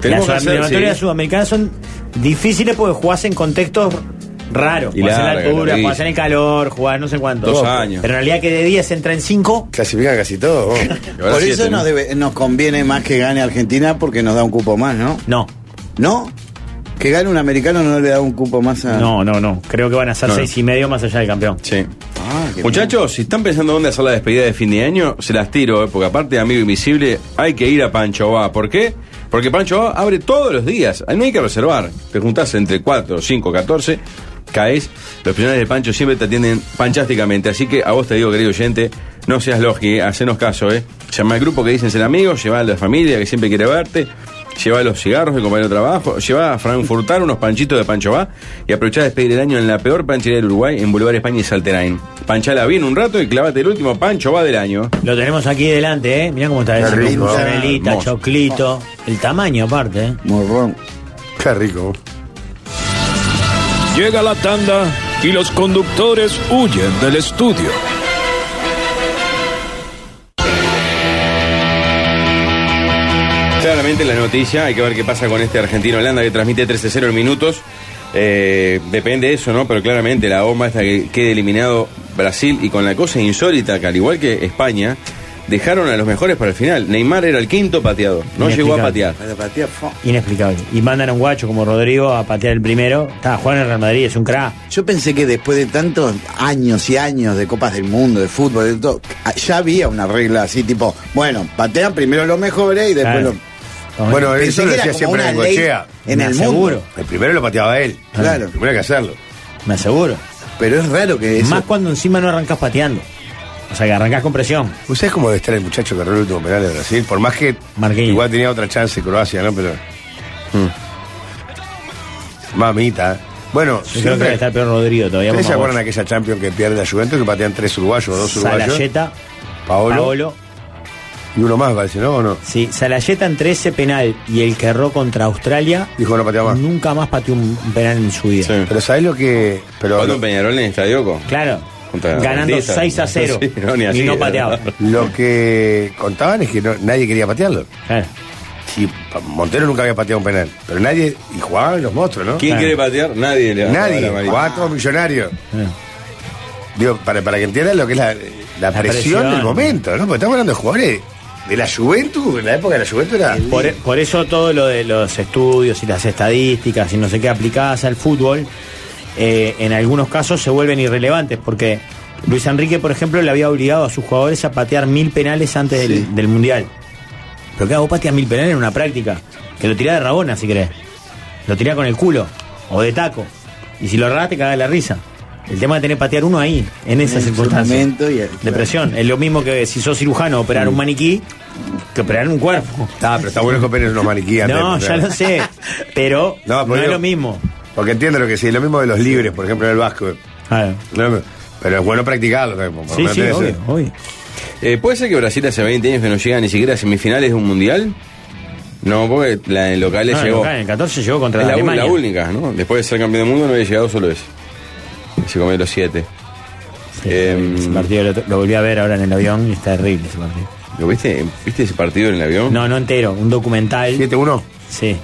S8: Tenemos que
S6: las
S8: hacer,
S6: eliminatorias
S8: sí.
S6: sudamericanas son difíciles porque jugás en contextos raros.
S8: Y
S6: Jugás en la
S8: larga,
S6: altura,
S8: larguísima.
S6: jugás en el calor, jugás no sé cuánto.
S8: Dos años.
S6: Pero en realidad que de 10 entra en 5.
S5: Clasifican casi todo.
S6: *laughs*
S7: Por eso nos, debe- nos conviene más que gane Argentina porque nos da un cupo más, ¿no?
S6: No.
S7: ¿No? Que gane un americano no le da un cupo más a.
S6: No, no, no. Creo que van a ser
S8: No, no.
S6: seis y medio más allá del campeón.
S8: Sí. Muchachos, si están pensando dónde hacer la despedida de fin de año, se las tiro, eh, porque aparte de Amigo Invisible, hay que ir a Pancho Bá. ¿Por qué? Porque Pancho Bá abre todos los días. Ahí No hay que reservar. Te juntás entre 4, 5, 14, caes. Los prisioneros de Pancho siempre te atienden panchásticamente. Así que a vos te digo, querido oyente, no eh. seas lógico, hacenos caso, ¿eh? Llama al grupo que dicen ser amigos, lleva a la familia que siempre quiere verte. lleva los cigarros del compañero de trabajo, lleva a Frankfurtar unos panchitos de Pancho Va y aprovechá de despedir el año en la peor panchería del Uruguay, en Boulevard España y Salterain. Panchala bien un rato y clavate el último Pancho Va del año.
S6: Lo tenemos aquí delante, ¿eh? Mirá cómo está
S8: Qué
S6: ese
S8: rico.
S6: mozzarellita,
S8: Hermoso.
S6: choclito. El tamaño, aparte, ¿eh?
S7: Morrón.
S5: Qué rico.
S11: Llega la tanda y los conductores huyen del estudio.
S8: Claramente la noticia, hay que ver qué pasa con este argentino-Holanda que transmite 13-0 en minutos. Eh, depende de eso, ¿no? Pero claramente la OMA hasta que quede eliminado Brasil y con la cosa insólita que al igual que España, dejaron a los mejores para el final. Neymar era el quinto pateador, no llegó a patear.
S7: Para patear, fue.
S6: Inexplicable. Y mandan a un guacho como Rodrigo a patear el primero. Está, Juan en el Real Madrid, es un crack.
S7: Yo pensé que después de tantos años y años de Copas del Mundo, de fútbol, de todo, ah, ya había una regla así, tipo, bueno, patean primero los mejores y después
S5: Claro.
S7: los.
S5: Bueno,
S7: Pensé
S5: eso
S7: que
S5: lo decía
S7: era como
S5: siempre
S7: una
S5: Bengochea.
S7: ley En el mundo.
S5: El primero lo pateaba él.
S7: Claro.
S5: El primero hay que hacerlo.
S6: Me aseguro.
S7: Pero es raro que
S6: Más cuando encima no arrancas pateando. O sea, que arrancas con presión.
S5: ¿Ustedes cómo debe estar el muchacho que erró el último penal de Brasil? Por más que igual tenía otra chance Croacia, ¿no? Pero. Mm. *laughs* Mamita. Bueno,
S6: Yo creo que debe estar peor Rodrigo todavía.
S5: ¿Ustedes se
S6: como
S5: acuerdan de aquella Champions que pierde la Juventus que patean tres uruguayos, dos uruguayos?
S6: Salayeta,
S5: Paolo.
S6: Paolo.
S5: Y uno más, parece, ¿no? ¿O no?
S6: Sí, Salayeta en 13 penal y el que erró contra Australia.
S5: Dijo no pateaba más.
S6: Nunca más pateó un un penal en su vida.
S5: Pero ¿sabés lo que.? Pero,
S8: Cuando Peñarol en el estadio con-
S6: Claro.
S8: contra
S6: Ganando
S8: Dentista.
S6: 6 a 0.
S8: *laughs* Sí, no, ni
S6: y
S8: así,
S6: no
S8: ¿no?
S6: pateaba.
S8: *laughs*
S5: Lo que contaban es que no- nadie quería patearlo. Sí, pa- Montero nunca había pateado un penal. Pero nadie. Y jugaban los monstruos, ¿no?
S8: ¿Quién quiere patear? Nadie le va a dar la
S5: Nadie.
S8: amarilla.
S5: Jugaba todo millonario. Digo, para, para que entiendan lo que es la, la presión,
S6: presión.
S5: del momento, ¿no? Porque estamos hablando de jugadores de la Juventus, en la época de la Juventus era.
S6: Por, e- por eso todo lo de los estudios y las estadísticas y no sé qué aplicadas al fútbol, eh, en algunos casos se vuelven irrelevantes, porque Luis Enrique, por ejemplo, le había obligado a sus jugadores a patear mil penales antes del, del Mundial. Pero claro, vos pateas mil penales en una práctica, que lo tirás de rabona si querés, lo tirás con el culo o de taco, y si lo errás te cagás la risa. El tema de tener que patear uno ahí, en esas
S7: ese
S6: circunstancias.
S7: momento y-
S6: Depresión. Es lo mismo que si sos cirujano, operar un maniquí que operar un cuerpo.
S5: Ah, pero está bueno que operen unos maniquíes. antes de
S6: No, ya
S5: operar.
S6: lo sé. Pero no,
S5: porque
S6: es
S5: digo-
S6: lo mismo.
S5: Porque entiendo lo que sí, lo mismo de los libres, por ejemplo, en el Vasco. No, pero es bueno practicarlo también. por
S8: Sí,
S5: lo
S8: sí,
S5: menos tenés-
S8: obvio, Eh, ¿Puede ser que Brasil hace 20 años que no llega ni siquiera a semifinales de un mundial? No, porque la de locales
S6: No,
S8: llegó.
S6: local, Ah, en el 14 llegó contra
S8: es la,
S6: Alemania.
S8: la única, ¿no? Después de ser campeón del mundo no había llegado solo ese. Se comió los siete. Em,
S6: Ese partido lo, lo volví a ver ahora en el avión y está terrible ese partido.
S8: ¿Lo viste? ¿Viste ese partido en el avión?
S6: No, no entero, un documental.
S5: ¿7-1?
S6: Sí.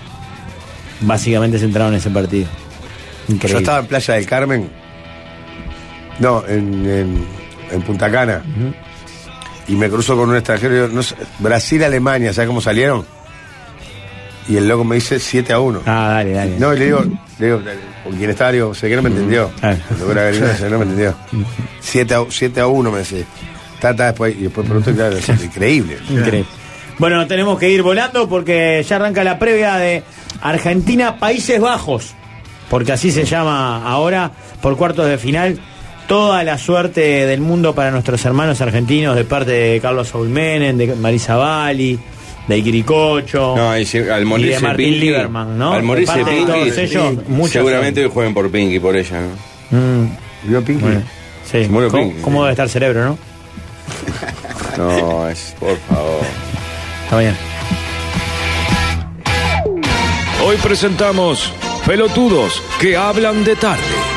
S6: Básicamente se entraron en ese partido. Increíble.
S5: Yo estaba en Playa del Carmen. No, en, en- en Punta Cana. Y me cruzo con un extranjero y digo, no sé, Brasil, Alemania, ¿sabes cómo salieron? Y el loco me dice 7 a 1.
S6: Ah, dale, dale.
S5: No, y le digo, le digo, con quien estaba, le digo, sé que no me entendió. El loco era gringo, sé que no me entendió. 7 a, 7 a 1 me dice. Tata después, y después pronto, claro, es
S6: *laughs*
S5: increíble.
S6: Increíble. Bueno, tenemos que ir volando porque ya arranca la previa de Argentina Países Bajos, porque así se llama ahora por cuartos de final. Toda la suerte del mundo para nuestros hermanos argentinos de parte de Carlos Aulmenen, de Marisa Bali, de Quiricocho.
S8: No, y si-
S6: y
S8: al
S6: de
S8: morirse
S6: Martín
S8: Pinky,
S6: Lieberman, ¿no?
S8: Al
S6: De
S8: morirse
S6: parte de
S8: Pinky,
S6: todos ellos, muchas
S8: seguramente jueguen por Pinky, por ella, ¿no?
S5: ¿Vio Pinky?
S6: Sí.
S8: Se murió
S6: ¿Cómo,
S8: Pinky.
S6: cómo debe estar el cerebro, no?
S8: No, es, por favor.
S6: Está bien.
S11: Hoy presentamos Pelotudos que hablan de tarde.